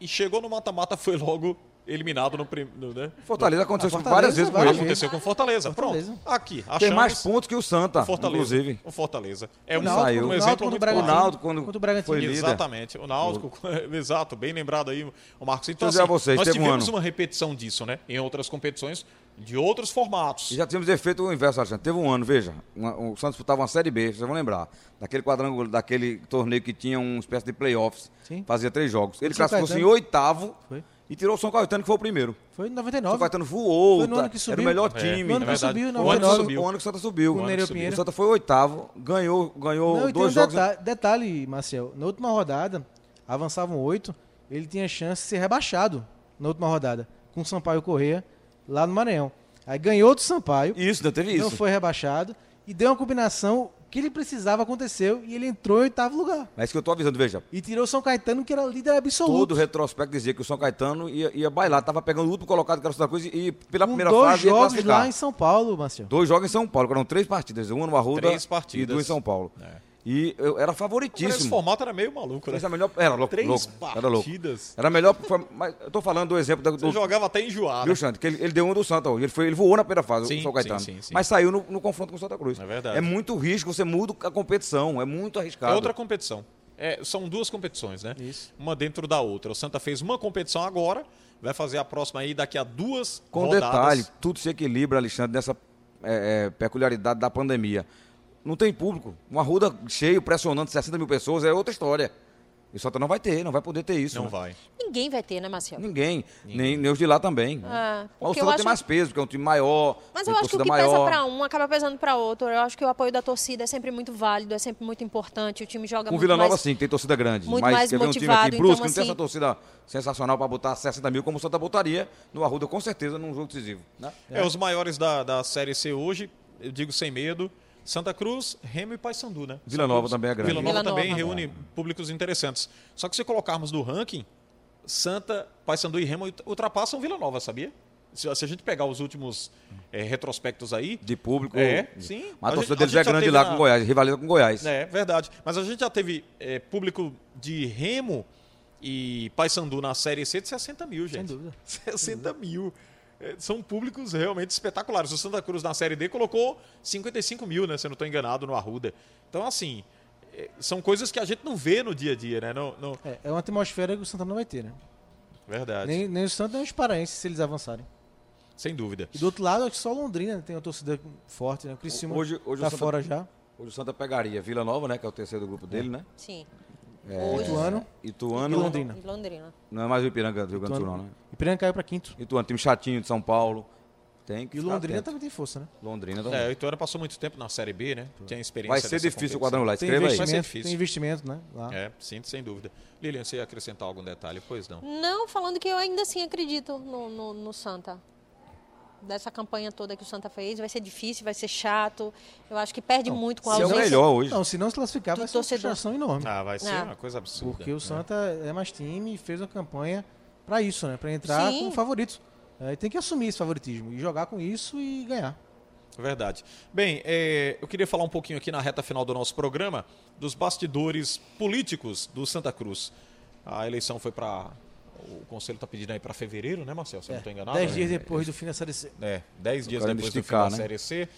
S2: e chegou no mata-mata, foi logo eliminado no primeiro, né?
S3: Fortaleza aconteceu isso
S4: Ah,
S3: várias
S4: Fortaleza,
S3: vezes com
S4: várias
S3: ele.
S4: vezes.
S2: Aconteceu com o Fortaleza.
S4: Fortaleza.
S2: Pronto. Aqui, achamos
S3: Tem mais pontos que o Santa,
S2: o Fortaleza.
S3: inclusive.
S2: O Fortaleza. É
S4: O
S2: um,
S4: Náutico,
S2: um exemplo
S4: o Náutico contra
S2: muito
S4: o Bragantino.
S2: claro.
S3: O Náutico, quando
S4: contra o Bragantino.
S3: foi líder.
S2: Exatamente. O Náutico, exato, bem lembrado aí o Marcos. Então,
S3: Deixa eu dizer a vocês,
S2: nós
S3: teve um
S2: tivemos
S3: ano.
S2: uma repetição disso, né? Em outras competições, de outros formatos.
S3: E já tínhamos efeito o inverso, Alexandre. Teve um ano, veja, uma- o Santos disputava uma Série B, vocês vão lembrar, daquele quadrangular, daquele torneio que tinha uma espécie de playoffs,
S4: Sim.
S3: fazia três jogos. Ele
S4: São
S3: classificou-se em
S4: Caetano.
S3: oitavo
S4: Foi.
S3: e tirou o São Caetano, que foi o primeiro.
S4: Foi em
S3: O São
S4: 99.
S3: Caetano voou,
S4: Foi no
S3: tá?
S4: ano que
S3: era
S4: subiu.
S3: o melhor
S2: É.
S3: time.
S4: No ano
S2: é
S4: que
S2: verdade.
S4: subiu, em
S2: O ano que
S4: 99.
S2: subiu.
S3: O ano que o Santa subiu.
S4: Com o
S3: O,
S4: Nereu
S3: ano que subiu.
S4: Pinheiro.
S3: o Santa foi oitavo, ganhou, ganhou
S4: Não, e tem um
S3: dois jogos. né?
S4: deta- detalhe, Marcel. Na última rodada, avançavam oito, ele tinha chance de ser rebaixado na última rodada, com o Sampaio Correia lá no Maranhão. Aí ganhou do Sampaio,
S3: Isso, não teve isso.
S4: não foi rebaixado, e deu uma combinação que ele precisava, aconteceu, e ele entrou em oitavo lugar.
S3: É isso que eu tô avisando, veja.
S4: E tirou o São Caetano, que era líder absoluto.
S3: Todo retrospecto dizia que o São Caetano ia, ia bailar, tava pegando o último colocado que era o Santa Cruz e- e pela
S4: com
S3: primeira
S4: dois
S3: fase ia
S4: jogos
S3: classificar.
S4: lá em São Paulo, Marcel.
S3: Dois jogos em São Paulo, que eram três partidas, uma no Arruda
S2: Três partidas.
S3: e duas em São Paulo.
S2: É.
S3: E eu era
S2: Esse
S3: favoritíssimo.
S2: formato era meio maluco, né?
S3: Fez a melhor, era louco,
S2: Três
S3: louco, era louco.
S2: partidas.
S3: Era melhor, foi- mas eu tô falando do exemplo da- do,
S2: Você jogava até enjoado.
S3: Viu, Xande? Que ele, ele deu um do Santa hoje. Ele, foi, ele voou na primeira fase,
S2: Sim,
S3: o São Caetano.
S2: sim, sim, sim.
S3: Mas saiu no, no confronto com o Santa Cruz.
S2: É verdade.
S3: É muito risco, você muda a competição. É muito arriscado.
S2: É outra competição. É, são duas competições, né?
S4: Isso.
S2: Uma dentro da outra. O Santa fez uma competição agora, vai fazer a próxima aí daqui a duas
S3: Com
S2: rodadas.
S3: detalhe, tudo se equilibra, Alexandre, nessa é, é, peculiaridade da pandemia. Não tem público. Uma ruda cheio, pressionando 60 mil pessoas, é outra história. E o Santa não vai ter, não vai poder ter isso.
S2: Não
S3: né?
S2: vai.
S5: Ninguém vai ter, né, Marcel?
S3: Ninguém. Nem, nem os de lá também.
S5: Ah,
S3: Mas o
S5: porque
S3: Santa tem
S5: eu acho-
S3: mais peso, porque é um time maior.
S5: Mas
S3: tem
S5: eu acho que o
S3: torcida
S5: que pesa
S3: maior.
S5: para um acaba pesando para outro. Eu acho que o apoio da torcida é sempre muito válido, é sempre muito importante. O time joga
S3: Com
S5: muito
S3: Vila Nova,
S5: mais...
S3: sim, que tem torcida grande.
S5: muito
S3: mas
S5: mais
S3: quer ver um time
S5: motivado,
S3: aqui, Brusque,
S5: então,
S3: não tem
S5: assim-
S3: essa torcida sensacional para botar 60 mil, como o Santa botaria no Arruda, com certeza, num jogo decisivo. né?
S2: É, os maiores da, da Série C hoje, eu digo sem medo, Santa Cruz, Remo e Paysandu, né?
S3: Vila
S2: Santa
S3: Nova
S2: Cruz.
S3: também é grande.
S2: Vila Nova
S5: Vila
S2: também
S5: Nova.
S2: reúne públicos interessantes. Só que se colocarmos no ranking, Santa, Paysandu e Remo ultrapassam Vila Nova, sabia? Se, se a gente pegar os últimos eh, retrospectos aí...
S3: De público.
S2: É, sim.
S3: Mas a
S2: gente-
S3: torcida deles
S2: gente
S3: é
S2: já
S3: grande
S2: teve
S3: lá
S2: na-
S3: com o Goiás, rivaliza com o Goiás.
S2: É, verdade. Mas a gente já teve eh, público de Remo e Paysandu na Série C de 60 mil, gente.
S4: Sem dúvida.
S2: 60 mil. É, São públicos realmente espetaculares. O Santa Cruz na Série D colocou 55 mil, né? Se eu não estou enganado, no Arruda. Então, assim, é, são coisas que a gente não vê no dia a dia, né? Não, não...
S4: É, é uma atmosfera que o Santa não vai ter, né?
S2: Verdade.
S4: Nem, nem o Santa, nem os paraenses, se eles avançarem.
S2: Sem dúvida.
S4: E do outro lado, acho que só Londrina tem uma torcida forte, né? O Criciúma
S3: Hoje- hoje o
S4: tá
S3: Santa-
S4: fora já.
S3: Hoje o Santa pegaria Vila Nova, né? Que é o terceiro do grupo dele, né?
S5: Sim.
S3: É.
S4: Ituano.
S3: Ituano.
S4: E Londrina.
S5: Em Londrina.
S3: Não é mais o Ipiranga do Rio Grande do Sul,
S4: Ituano.
S3: não, né?
S4: Ipiranga caiu pra quinto.
S3: Ituano, time chatinho de São Paulo. Tem que
S4: E o
S3: ficar
S4: Londrina
S3: atento.
S4: também tem força, né?
S3: Londrina também.
S2: É, o Ituano passou muito tempo na Série B, né? Tinha experiência.
S3: Vai ser
S2: dessa
S3: difícil o
S2: competição.
S3: quadrangular,
S4: Tem
S3: escreva
S2: Vai
S3: aí.
S2: ser
S4: investimento,
S2: difícil.
S4: tem investimento, né? Lá.
S2: É, sim, sem dúvida. Lilian, você ia acrescentar algum detalhe? Pois
S4: Hum.
S2: não.
S5: Não, falando que eu ainda assim acredito no, no- no Santa. Dessa campanha toda que o Santa fez, vai ser difícil, vai ser chato. Eu acho que perde muito com a
S3: Se é o
S5: ausência.
S3: melhor hoje.
S4: Não, se não se classificar,
S5: Do
S4: vai ser uma
S5: torcedor.
S4: frustração enorme.
S2: Ah, vai ser
S5: Ah.
S2: uma coisa absurda.
S4: porque o
S2: né?
S4: Santa é mais time e fez uma campanha pra isso, né? Pra entrar
S5: Sim.
S4: com favoritos. É, e tem que assumir esse favoritismo e jogar com isso e ganhar.
S2: Verdade. Bem, eh, eu queria falar um pouquinho aqui na reta final do nosso programa dos bastidores políticos do Santa Cruz. A eleição foi para. O conselho está pedindo aí para fevereiro, né, Marcelo? Se eu não estou enganado.
S4: É, Dez
S2: né?
S4: dias depois do fim da Série C.
S2: É, 10 dias
S3: quero me
S2: depois do
S3: esticar,
S2: fim da
S3: né?
S2: Série C.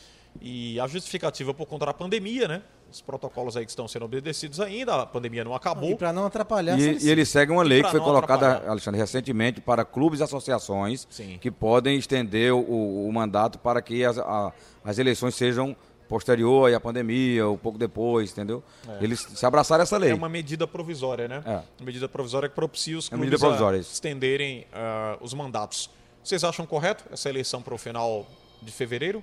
S2: E a justificativa por conta da pandemia, né? Os protocolos aí que estão sendo obedecidos ainda, a pandemia não acabou.
S4: E pra não
S2: é
S4: atrapalhar a Série
S3: E,
S4: C.
S3: e ele segue uma lei
S2: pra
S3: que foi
S2: não
S3: colocada,
S2: atrapalhar.
S3: Alexandre, recentemente para clubes e associações
S2: Sim.
S3: que podem estender o, o mandato para que as, a- as eleições sejam posterior aí à pandemia, ou pouco depois, entendeu? Eles se abraçaram essa lei.
S2: É uma medida provisória, né?
S3: É.
S2: Uma medida provisória que propicia os
S3: É uma medida
S2: clubes a
S3: provisória, isso.
S2: estenderem ah, os mandatos. Vocês acham correto essa eleição para o final de fevereiro?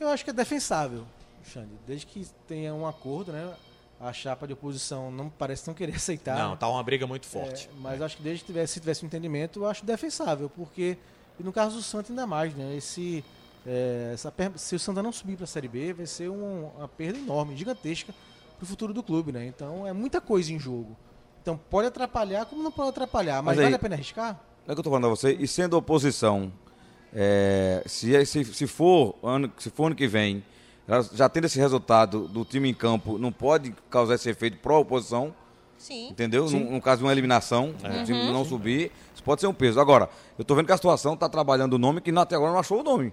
S4: Eu acho que é defensável, Xande, desde que tenha um acordo, né? A chapa de oposição não parece não querer aceitar.
S2: Não,
S4: né?
S2: tá uma briga muito forte.
S4: É, mas acho que desde que tivesse, se tivesse um entendimento, eu acho defensável, porque, e no caso do Santa ainda mais, né? Esse, é, essa per- se o Santa não subir para a Série B, vai ser um- uma perda enorme, gigantesca para o futuro do clube, né? Então é muita coisa em jogo. Então pode atrapalhar, como não pode atrapalhar, mas,
S3: Mas aí-
S4: vale a pena arriscar?
S3: Não é que eu tô falando a você, e sendo oposição, é, se, se, se, for ano, se for ano que vem, ela já tendo esse resultado do time em campo, não pode causar esse efeito pró-oposição,
S5: Sim.
S3: entendeu? No, no caso de uma eliminação, o time não subir, isso pode ser um peso. Agora, eu tô vendo que a situação tá trabalhando o nome que até agora não achou o nome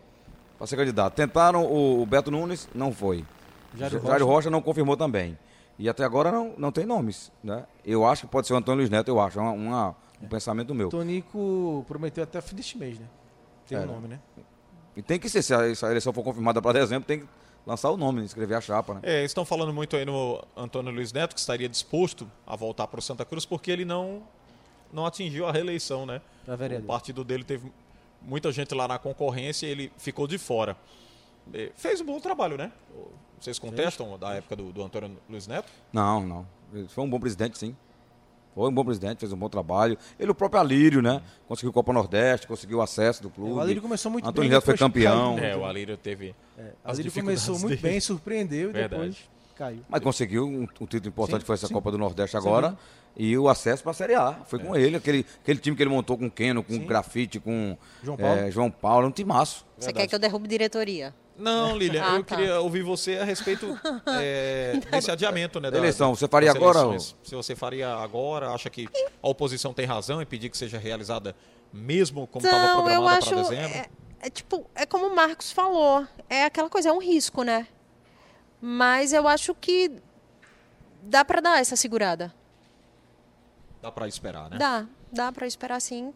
S3: para ser candidato. Tentaram o, o Beto Nunes, não foi.
S4: Jairo
S3: Jairo
S4: Rocha.
S3: Rocha. não confirmou também. E até agora não, não tem nomes, né? Eu acho que pode ser o Antônio Luiz Neto, eu acho, é uma, uma- um pensamento meu.
S4: Tonico prometeu até o fim deste mês, né? Tem o
S3: É.
S4: nome, né?
S3: E tem que ser, se a, se a eleição for confirmada para dezembro, tem que lançar o nome, escrever a chapa, né?
S2: É, estão falando muito aí no Antônio Luiz Neto, que estaria disposto a voltar para o Santa Cruz, porque ele não, não atingiu a reeleição, né?
S4: Pra vereador.
S2: O partido dele teve muita gente lá na concorrência e ele ficou de fora. Eh, Fez um bom trabalho, né? Vocês contestam da época do, do Antônio Luiz Neto?
S3: Não, não. Ele foi um bom presidente, sim. Foi um bom presidente, fez um bom trabalho. Ele, o próprio Alírio, né? Conseguiu Copa Nordeste, conseguiu o acesso do clube.
S4: É, o Alírio começou muito
S3: Antônio
S4: bem,
S3: Neto foi
S4: depois
S3: campeão.
S4: caiu. É, o
S2: Alírio teve.
S4: Mas ele começou muito bem, surpreendeu e depois
S2: Verdade.
S4: caiu.
S3: Mas conseguiu um, um título importante,
S4: Sim,
S3: foi essa
S4: sim. É.
S3: Copa do Nordeste agora. E o acesso para a Série A. Foi com ele, aquele, aquele time que ele montou com Keno, com Grafite, com
S4: João
S3: eh,
S4: Paulo.
S3: João Paulo. Um timaço.
S5: Você quer que eu derrube diretoria?
S2: Não, Lilian,
S5: Ah,
S2: eu
S5: tá.
S2: queria ouvir você a respeito eh, desse adiamento, né?
S3: Da eleição, você faria
S2: das
S3: agora,
S2: eleições. Se você faria agora, acha que a oposição tem razão em pedir que seja realizada mesmo como estava
S5: Então, eu
S2: programada
S5: acho.
S2: para dezembro?
S5: É, é tipo, é como o Marcos falou. É aquela coisa, é um risco, né? Mas eu acho que dá para dar essa segurada.
S2: Dá para esperar, né?
S5: Dá, dá para esperar sim.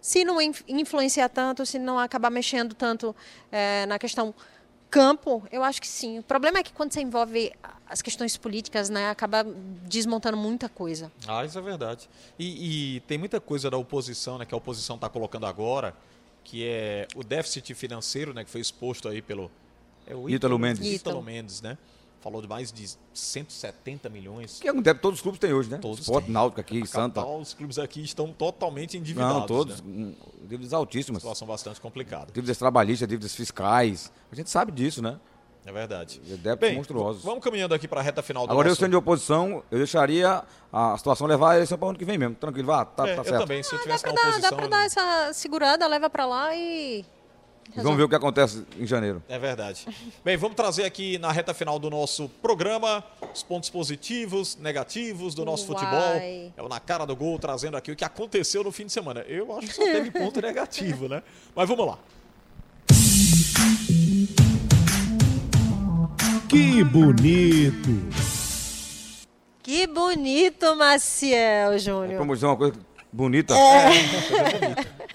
S5: Se não in- influenciar tanto, se não acabar mexendo tanto eh, na questão campo, eu acho que sim. O problema é que quando você envolve as questões políticas, né, acaba desmontando muita coisa.
S2: Ah, isso é verdade. E, e tem muita coisa da oposição, né, que a oposição está colocando agora, que é o déficit financeiro, né, que foi exposto aí pelo é o
S3: Ítalo Mendes.
S2: Ítalo
S5: Ítalo.
S2: Mendes, né? Falou de mais de 170 milhões.
S3: Que é um débito que todos os clubes têm hoje, né?
S2: Todos
S3: Sport,
S2: têm.
S3: Náutico aqui,
S2: A
S3: Santa.
S2: capital, os clubes aqui estão totalmente endividados.
S3: Não, todos.
S2: Né?
S3: um, Dívidas altíssimas.
S2: Situação bastante complicada.
S3: Dívidas trabalhistas, dívidas fiscais. A gente sabe disso, né?
S2: É verdade.
S3: É débitos
S2: Bem,
S3: monstruosos.
S2: Vamos caminhando aqui para a reta final do
S3: Agora, eu
S2: nosso...
S3: sendo de oposição, eu deixaria a situação levar a eleição para o ano que vem mesmo. Tranquilo, vá, tá,
S2: É,
S3: tá
S2: eu
S3: certo.
S2: também, se eu
S5: Ah, Dá
S2: tivesse
S5: para
S2: na
S5: dar, dá
S2: oposição... né?
S5: pra
S2: eu
S5: dar
S2: não-
S5: essa segurada, leva para lá e
S3: E Vamos ver o que acontece em janeiro.
S2: É verdade. Bem, vamos trazer aqui na reta final do nosso programa os pontos positivos, negativos do nosso
S5: Uai.
S2: futebol. É o Na Cara do Gol trazendo aqui o que aconteceu no fim de semana. Eu acho que só teve ponto negativo, né? Mas vamos lá.
S1: Que bonito!
S5: Que bonito, Maciel Júnior.
S3: Vamos dizer uma coisa bonita.
S5: É.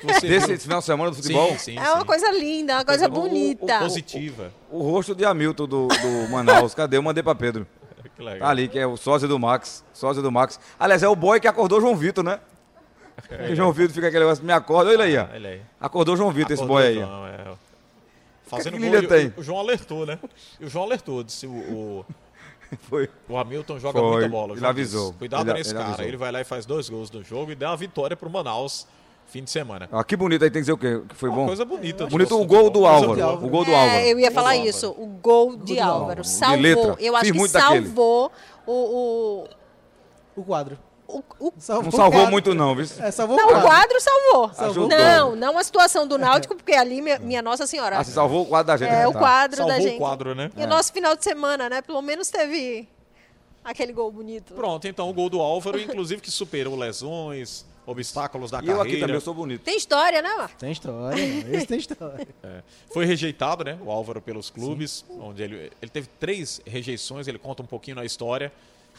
S2: Você
S3: Desse
S2: viu?
S3: final de semana do
S2: Sim,
S3: futebol,
S2: sim, sim.
S5: É uma coisa linda, uma
S3: Coisa
S5: coisa
S3: boa.
S5: bonita.
S2: positiva.
S3: o rosto de Hamilton do, do Manaus. Cadê? Eu mandei para Pedro.
S2: Que legal.
S3: Tá ali, que é o sósia do Max. Sósia do Max. Aliás, é o boy que acordou João Vitor, né? Porque João Vitor fica aquele negócio, me acorda. Olha ele aí, ó.
S2: É. Olha aí.
S3: Acordou João Vitor, esse
S2: Acordou,
S3: boy aí. ó.
S2: João, é. Fazendo
S3: que
S2: gol,
S3: Lilian
S2: e o-
S3: tem?
S2: o João alertou, né? E o João alertou, disse o, o,
S3: Foi.
S2: o Hamilton joga
S3: Foi,
S2: muita bola. o
S3: ele
S2: João
S3: avisou.
S2: disse. Cuidado
S3: Ele-
S2: nesse
S3: ele
S2: cara.
S3: avisou.
S2: Ele vai lá e faz dois gols no jogo e dá a vitória pro Manaus fim de semana.
S3: Ah, que bonito aí, tem que dizer o quê? Que foi
S2: Uma
S3: bom?
S2: coisa bonita. do
S3: Bonito
S2: nosso
S3: o gol
S2: futebol.
S3: do
S2: Coisa
S3: Álvaro.
S2: boa.
S3: O gol do
S5: É,
S3: Álvaro.
S5: eu ia
S2: do
S5: falar
S2: Álvaro.
S5: isso. O gol de
S3: Álvaro.
S5: Álvaro.
S3: De
S5: Salvou.
S3: letra.
S5: Eu acho
S3: Fiz
S5: que
S3: muito daquele.
S5: salvou o.
S4: O quadro.
S5: o, o, o
S4: Salvou
S3: Não
S4: o
S3: salvou
S4: quadro.
S3: muito, não, viu?
S4: É, salvou
S5: não,
S4: o
S5: o
S4: quadro.
S5: quadro salvou.
S3: Ajudou.
S5: Não, não a situação do Náutico, porque ali, minha, minha Nossa Senhora.
S3: Ah, você salvou o quadro da gente.
S5: é
S3: né?
S5: o
S3: Tá.
S5: quadro
S2: Salvou
S5: da gente.
S2: o quadro, né?
S5: E
S3: É.
S5: o nosso final de semana, né? Pelo menos teve aquele gol bonito.
S2: Pronto, então o gol do Álvaro, inclusive que superou lesões, obstáculos da
S3: E eu
S2: carreira.
S3: aqui também, eu sou bonito.
S5: Tem história, né, Marcos?
S4: Tem história, esse tem história.
S2: É. Foi rejeitado, né? O Álvaro pelos clubes, onde ele, ele teve três rejeições, ele conta um pouquinho na história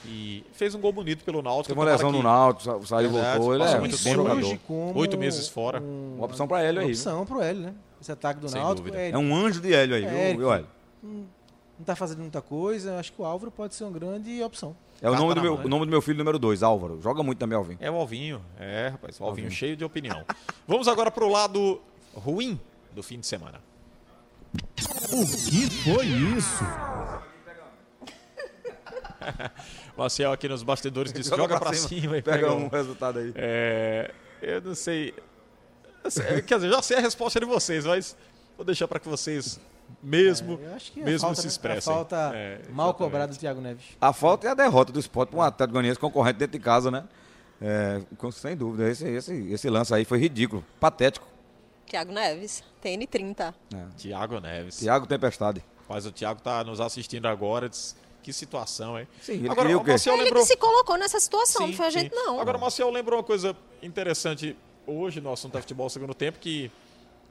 S2: e fez um gol bonito pelo Náutico.
S3: Teve uma
S2: tomara
S3: lesão
S2: que-
S3: no Náutico, sa- saiu e
S2: Verdade,
S3: voltou. Ele
S2: passou
S3: é
S2: muito
S3: muito
S2: tempo.
S3: bom jogador.
S2: jogador. Oito meses fora.
S4: um-
S3: Uma opção pra Hélio aí.
S4: Uma
S3: viu?
S4: opção pro Hélio, né? Esse ataque do
S2: Sem
S4: Náutico.
S2: dúvida.
S4: é,
S3: É um anjo de Hélio aí,
S4: É,
S3: viu, viu, Hélio?
S4: Não tá fazendo muita coisa. Acho que o Álvaro pode ser uma grande opção.
S3: É o
S2: Carta
S3: nome
S2: Tá na
S3: do, meu,
S2: manga.
S3: o nome do meu filho número 2, Álvaro. Joga muito também, Alvin.
S2: É o Alvinho, é, rapaz, o Alvinho cheio de opinião. Vamos agora pro lado ruim do fim de semana.
S1: O que foi isso?
S2: Maciel aqui nos bastidores disse,
S3: Joga
S2: joga,
S3: pra
S2: pra
S3: cima,
S2: cima, e
S3: Pega,
S2: pega
S3: um
S2: um.
S3: resultado aí.
S2: É, eu não sei. Eu sei- Quer dizer, eu já sei a resposta de vocês, mas vou deixar para que vocês mesmo,
S4: Eu acho que a
S2: mesmo
S4: falta,
S2: se
S4: né? A
S2: expressem.
S4: falta
S2: É,
S4: mal
S2: exatamente.
S4: cobrada do Thiago Neves.
S3: A falta é a derrota do esporte para um Atlético Goianiense concorrente dentro de casa, né? É, com- sem dúvida, esse, esse, esse lance aí foi ridículo, patético.
S5: Tiago Neves, TN30.
S2: Tiago Neves.
S3: Thiago Tempestade.
S2: Mas o Tiago tá nos assistindo agora. Disse, que situação, hein?
S3: Sim, ele
S2: agora,
S3: queria o quê?
S2: Maciel
S5: Ele
S2: lembrou-
S5: que se colocou nessa situação,
S2: Sim,
S5: não foi a
S2: sim.
S5: gente, não.
S2: Agora, Marcel, lembrou uma coisa interessante hoje no assunto da futebol segundo tempo, que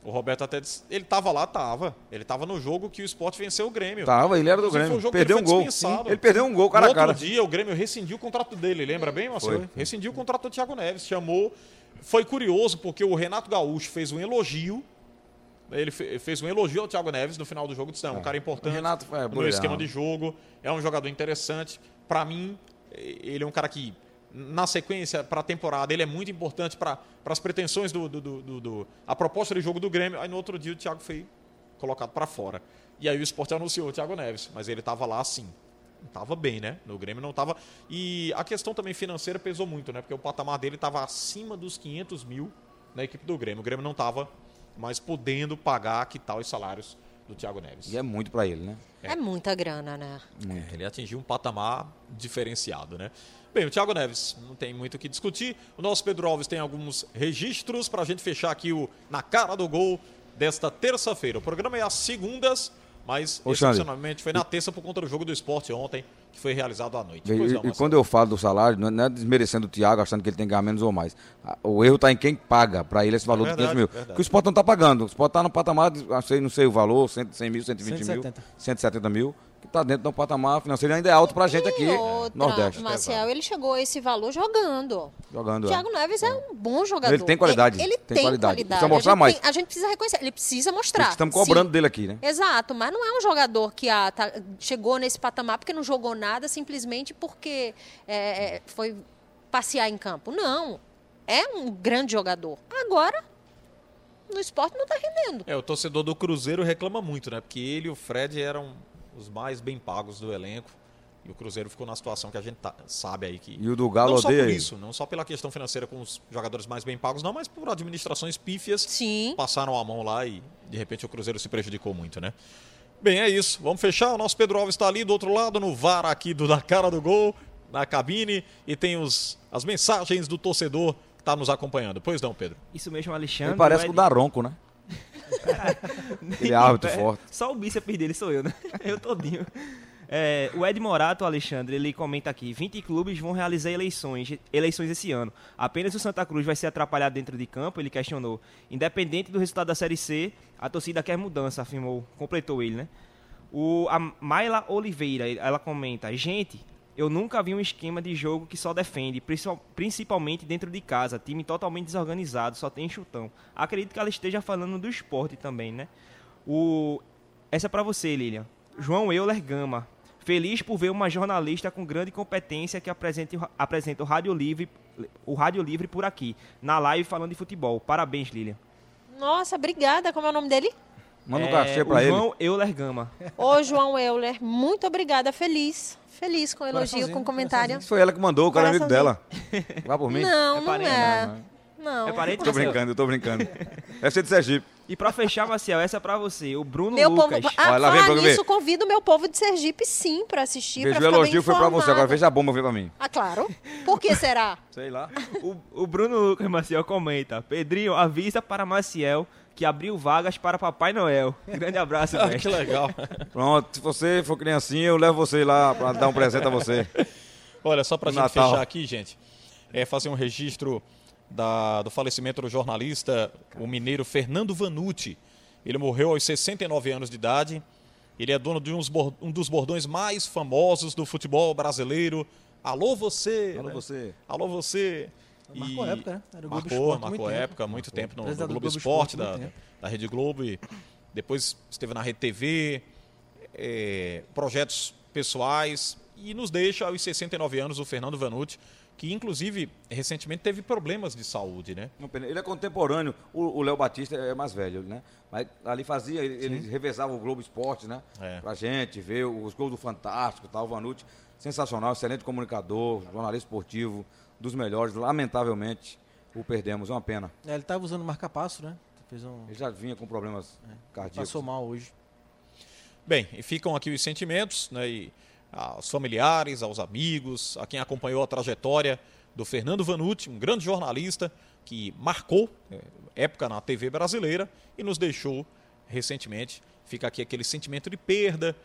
S2: o Roberto até disse, ele tava lá, tava. Ele tava no jogo que o Sport venceu o Grêmio.
S3: Tava, ele era do
S2: Inclusive, foi
S3: Grêmio.
S2: um jogo que
S3: perdeu um
S2: ele foi
S3: gol.
S2: dispensado.
S3: Sim, ele perdeu um gol, cara
S2: no
S3: a
S2: outro
S3: cara.
S2: dia, o Grêmio rescindiu o contrato dele, lembra bem, Marcelo?
S3: Foi.
S2: Rescindiu o contrato do Thiago Neves, chamou. Foi curioso porque o Renato Gaúcho fez um elogio. Ele fe- fez um elogio ao Thiago Neves no final do jogo. Disse: Não, um cara importante
S3: O Renato foi- é,
S2: no
S3: brilhante.
S2: esquema de jogo, é um jogador interessante. Pra mim, e- ele é um cara que, na sequência, pra temporada, ele é muito importante para as pretensões do, do, do, do- do- A proposta de jogo do Grêmio. Aí no outro dia o Thiago foi colocado pra fora. E aí o esporte anunciou o Thiago Neves, mas ele tava lá assim. Não Tava bem, né? No Grêmio não tava. E a questão também financeira pesou muito, né? Porque o patamar dele tava acima dos 500 mil na equipe do Grêmio. O Grêmio não tava mais podendo pagar que tal os salários do Thiago Neves.
S3: E é muito pra ele, né?
S5: É muita grana, né?
S2: É, ele atingiu um patamar diferenciado, né? Bem, o Thiago Neves, não tem muito o que discutir. O nosso Pedro Alves tem alguns registros para a gente fechar aqui o Na Cara do Gol desta terça-feira. O programa é às segundas, mas
S3: Ô, Xande,
S2: excepcionalmente foi na terça por conta do jogo do esporte ontem, que foi realizado à noite.
S3: E,
S2: Pois
S3: e-
S2: não,
S3: e
S2: Marcelo.
S3: quando eu falo do salário, não é- não é desmerecendo o Thiago, achando que ele tem que ganhar menos ou mais. Ah, O erro está em quem paga para ele esse valor
S2: É verdade,
S3: de 500 mil.
S2: verdade.
S3: Porque o Sport não está pagando. O Sport está no patamar, de, não sei, não sei o valor, 100, 100 mil, 120
S4: 170.
S3: mil, 170 mil, que está dentro de um patamar financeiro e ainda é alto para a gente aqui,
S5: E outra,
S3: Nordeste.
S5: Marcel, ele chegou a esse valor jogando.
S3: Jogando, é.
S5: Thiago Neves é um bom jogador.
S3: Ele tem qualidade,
S5: Ele, ele
S3: tem
S5: tem,
S3: qualidade.
S5: qualidade.
S3: Precisa mostrar
S5: a gente
S3: mais.
S5: tem- a gente precisa reconhecer. Ele precisa mostrar.
S3: Estamos
S5: sim.
S3: cobrando dele aqui, né?
S5: Exato, mas não é um jogador que ah, tá- chegou nesse patamar porque não jogou nada simplesmente porque é, é, foi passear em campo. Não. É um grande jogador. Agora, no esporte não está rendendo.
S2: É, o torcedor do Cruzeiro reclama muito, né? Porque ele e o Fred eram os mais bem pagos do elenco. E o Cruzeiro ficou na situação que a gente tá- sabe aí que.
S3: E o do Galo
S2: Não só
S3: odeia
S2: por
S3: ele.
S2: isso, não só pela questão financeira com os jogadores mais bem pagos, não, mas por administrações pífias
S5: Sim.
S2: passaram a mão lá e de repente o Cruzeiro se prejudicou muito, né? Bem, é isso. Vamos fechar. O nosso Pedro Alves está ali do outro lado, no VAR aqui do Na Cara do Gol, na cabine, e tem os, as mensagens do torcedor que está nos acompanhando. Pois não, Pedro?
S8: Isso mesmo, Alexandre. é
S3: Ele parece
S8: o
S3: com o
S8: Ed-
S3: Daronco, né?
S8: Nem
S3: Ele é árbitro
S8: de
S3: forte.
S8: Só o bíceps dele sou eu, né? Eu todinho. É, o Ed Morato, Alexandre, ele comenta aqui: 20 clubes vão realizar eleições, eleições esse ano. Apenas o Santa Cruz vai ser atrapalhado dentro de campo, ele questionou. Independente do resultado da Série C, a torcida quer mudança, afirmou. Completou ele, né? O, a Mayla Oliveira, ela comenta: Gente, eu nunca vi um esquema de jogo que só defende, principal- principalmente dentro de casa. Time totalmente desorganizado, só tem chutão. Acredito que ela esteja falando do esporte também, né? O... Essa é pra você, Lilian. João Euler Gama. Feliz por ver uma jornalista com grande competência que apresente- apresenta o Rádio Livre, o Rádio Livre por aqui, na live falando de futebol. Parabéns, Lilian.
S5: Nossa, obrigada. Como é o nome dele?
S3: Manda um
S8: É,
S3: cachê pra
S8: o
S3: ele.
S8: João Euler Gama.
S5: Ô, João Euler, muito obrigada. Feliz. Feliz com o elogio,
S4: Coraçãozinho,
S5: com o comentário.
S3: Isso foi ela que mandou, o cara é amigo dela. Vai por mim.
S5: Não,
S8: É
S5: não
S8: parente,
S3: né,
S5: é. Não.
S8: É parente?
S3: Tô brincando, eu tô brincando. Deve ser de Sergipe.
S8: E pra fechar, Marcel, essa é pra você. O Bruno
S5: Meu povo,
S8: Lucas.
S5: ah,
S3: Olha, lá vem
S5: falar
S3: pra ver.
S5: nisso, convido meu povo de Sergipe sim pra assistir,
S3: Veja
S5: pra
S3: o
S5: ficar bem
S3: elogio, foi pra você. Agora
S5: informado.
S3: veja a bomba, foi pra mim.
S5: Ah, claro. Por que será?
S3: Sei lá.
S8: O, o Bruno Lucas Maciel comenta: Pedrinho, avisa para Maciel que abriu vagas para Papai Noel. Grande abraço, mestre.
S2: legal.
S3: Pronto, se você for criancinha, eu levo você lá pra dar um presente a você.
S2: Olha, só pra gente
S3: Natal.
S2: fechar aqui, gente, é fazer um registro da- do falecimento do jornalista, o mineiro Fernando Vanucci. Ele morreu aos 69 anos de idade. Ele é dono de uns bor- um dos bordões mais famosos do futebol brasileiro. Alô você!
S3: Alô
S2: né?
S3: você.
S2: Alô você!
S4: Marcou época, né? Era o Globo
S2: marcou,
S4: Esporte,
S2: marcou
S4: muito tempo.
S2: época, muito tempo no, no
S4: Apresentador
S2: Globo,
S4: do Globo
S2: Esporte,
S4: Esporte,
S2: da,
S4: muito tempo.
S2: da Rede Globo, e depois esteve na Rede TV, é, projetos pessoais, e nos deixa aos 69 anos o Fernando Vanucci, que inclusive recentemente teve problemas de saúde, né?
S3: Não, pena- Ele é contemporâneo. O o Léo Batista é mais velho, né? Mas ali fazia, ele, ele revezava o Globo Esporte, né?
S2: É.
S3: Pra gente ver os gols do Fantástico, tal, o Vanucci. Sensacional, excelente comunicador, jornalista esportivo, dos melhores. Lamentavelmente, o perdemos, é uma pena.
S4: É, ele tava usando marca-passo, né? Fez um...
S3: Ele já vinha com problemas cardíacos.
S4: Passou mal hoje.
S2: Bem, e ficam aqui os sentimentos, né? E aos familiares, aos amigos, a quem acompanhou a trajetória do Fernando Vanucci, um grande jornalista que marcou eh, época na TV brasileira e nos deixou recentemente. Fica aqui aquele sentimento de perda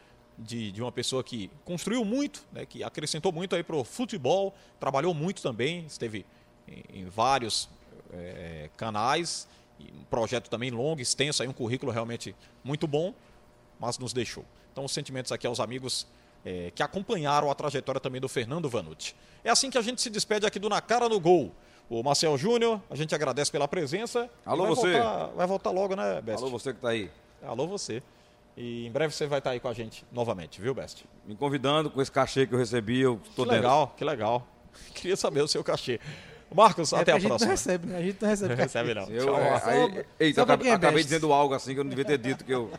S2: de, de uma pessoa que construiu muito, né? Que acrescentou muito aí para o futebol, trabalhou muito também, esteve em, em vários eh, canais, e um projeto também longo, extenso, aí um currículo realmente muito bom mas nos deixou. Então, os sentimentos aqui aos amigos eh, que acompanharam a trajetória também do Fernando Vanucci. É assim que a gente se despede aqui do Na Cara no Gol. O Marcel Júnior, a gente agradece pela presença.
S3: Alô,
S2: vai
S3: você.
S2: Voltar, vai voltar logo, né, Best?
S3: Alô, você que tá aí.
S2: Alô, você. E em breve você vai estar aí com a gente novamente, viu, Best?
S3: Me convidando com esse cachê que eu recebi, eu tô
S2: que
S3: dentro.
S2: legal, que legal. Queria saber o seu cachê. Marcos,
S4: É,
S2: até
S4: porque
S2: a
S4: a gente não
S2: próxima.
S4: recebe, né? A gente não recebe.
S2: Recebe não.
S3: Eu,
S2: Tchau.
S3: é, aí-
S4: Só-
S3: eita,
S4: só
S3: eu
S4: pra
S3: acabei,
S4: quem é
S3: acabei
S4: best.
S3: dizendo algo assim que eu não devia ter dito que eu.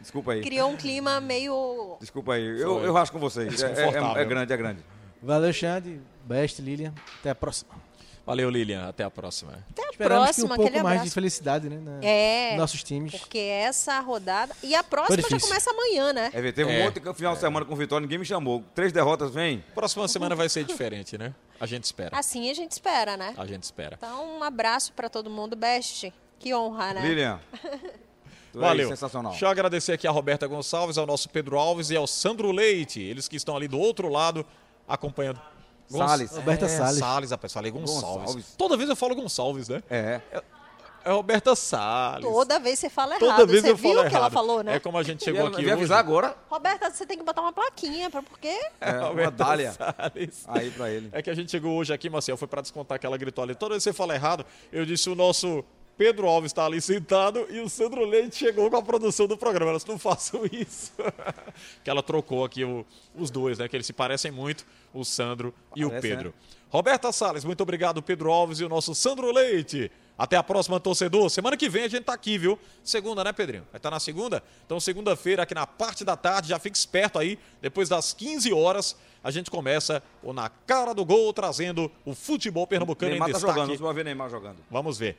S3: Desculpa aí.
S5: Criou um clima meio
S3: Desculpa aí. Eu, eu rasgo com vocês. É- é- é-
S2: Desconfortável.
S3: é grande, é grande.
S4: Valeu, Xande. Best, Lilian. Até a próxima.
S2: Valeu, Lilian. Até a próxima.
S4: Esperamos que
S5: próxima,
S4: um pouco
S5: aquele
S4: mais de
S5: abraço.
S4: felicidade, né? na-
S5: É.
S4: nos Nossos times.
S5: Porque essa rodada. E a próxima já
S4: difícil.
S5: começa amanhã, né?
S3: É, velho, teve um monte de final de semana com vitória, ninguém me chamou. Três derrotas, vem.
S2: Próxima semana vai ser diferente, né? A gente espera.
S5: Assim a gente espera, né?
S2: A gente espera.
S5: Então, um abraço pra todo mundo, Best. Que honra, né?
S3: Lilian. tu é
S2: Valeu.
S3: sensacional.
S2: Deixa eu agradecer aqui a Roberta Gonçalves, ao nosso Pedro Alves e ao Sandro Leite, eles que estão ali do outro lado acompanhando. Gon-
S3: Salles.
S4: Roberta Salles.
S2: Salles, rapaz, falei Gonçalves.
S3: Gonçalves.
S2: Toda vez eu falo Gonçalves, né?
S3: É.
S2: É Roberta Salles.
S5: Toda vez você fala
S2: Toda
S5: errado.
S2: vez
S5: você
S2: eu
S5: viu
S2: falo
S5: o
S2: errado.
S5: que ela falou, né?
S2: É como a gente chegou
S3: Eu
S2: aqui
S3: devia
S2: hoje.
S3: avisar agora.
S5: Roberta, você tem que botar uma plaquinha, pra- porque
S3: É, uma
S2: Roberta
S3: dália.
S2: Salles.
S3: Aí pra ele.
S2: É que a gente chegou hoje aqui, Marcel, foi pra descontar que ela gritou ali. Toda vez que você fala errado, eu disse o nosso Pedro Alves está ali sentado e o Sandro Leite chegou com a produção do programa. Elas não façam isso. que ela trocou aqui o- os dois, né? Que eles se parecem muito, o Sandro e o
S3: Parece,
S2: Pedro.
S3: né?
S2: Roberta Salles, muito obrigado, Pedro Alves e o nosso Sandro Leite. Até a próxima, torcedor. Semana que vem a gente tá aqui, viu? Segunda, né, Pedrinho? Vai estar na segunda? Então, segunda-feira, aqui na parte da tarde, já fica esperto aí. Depois das 15 horas, a gente começa o Na Cara do Gol, trazendo o futebol pernambucano em
S3: Neymar tá
S2: destaque.
S3: jogando, você vai ver Neymar jogando.
S2: Vamos ver.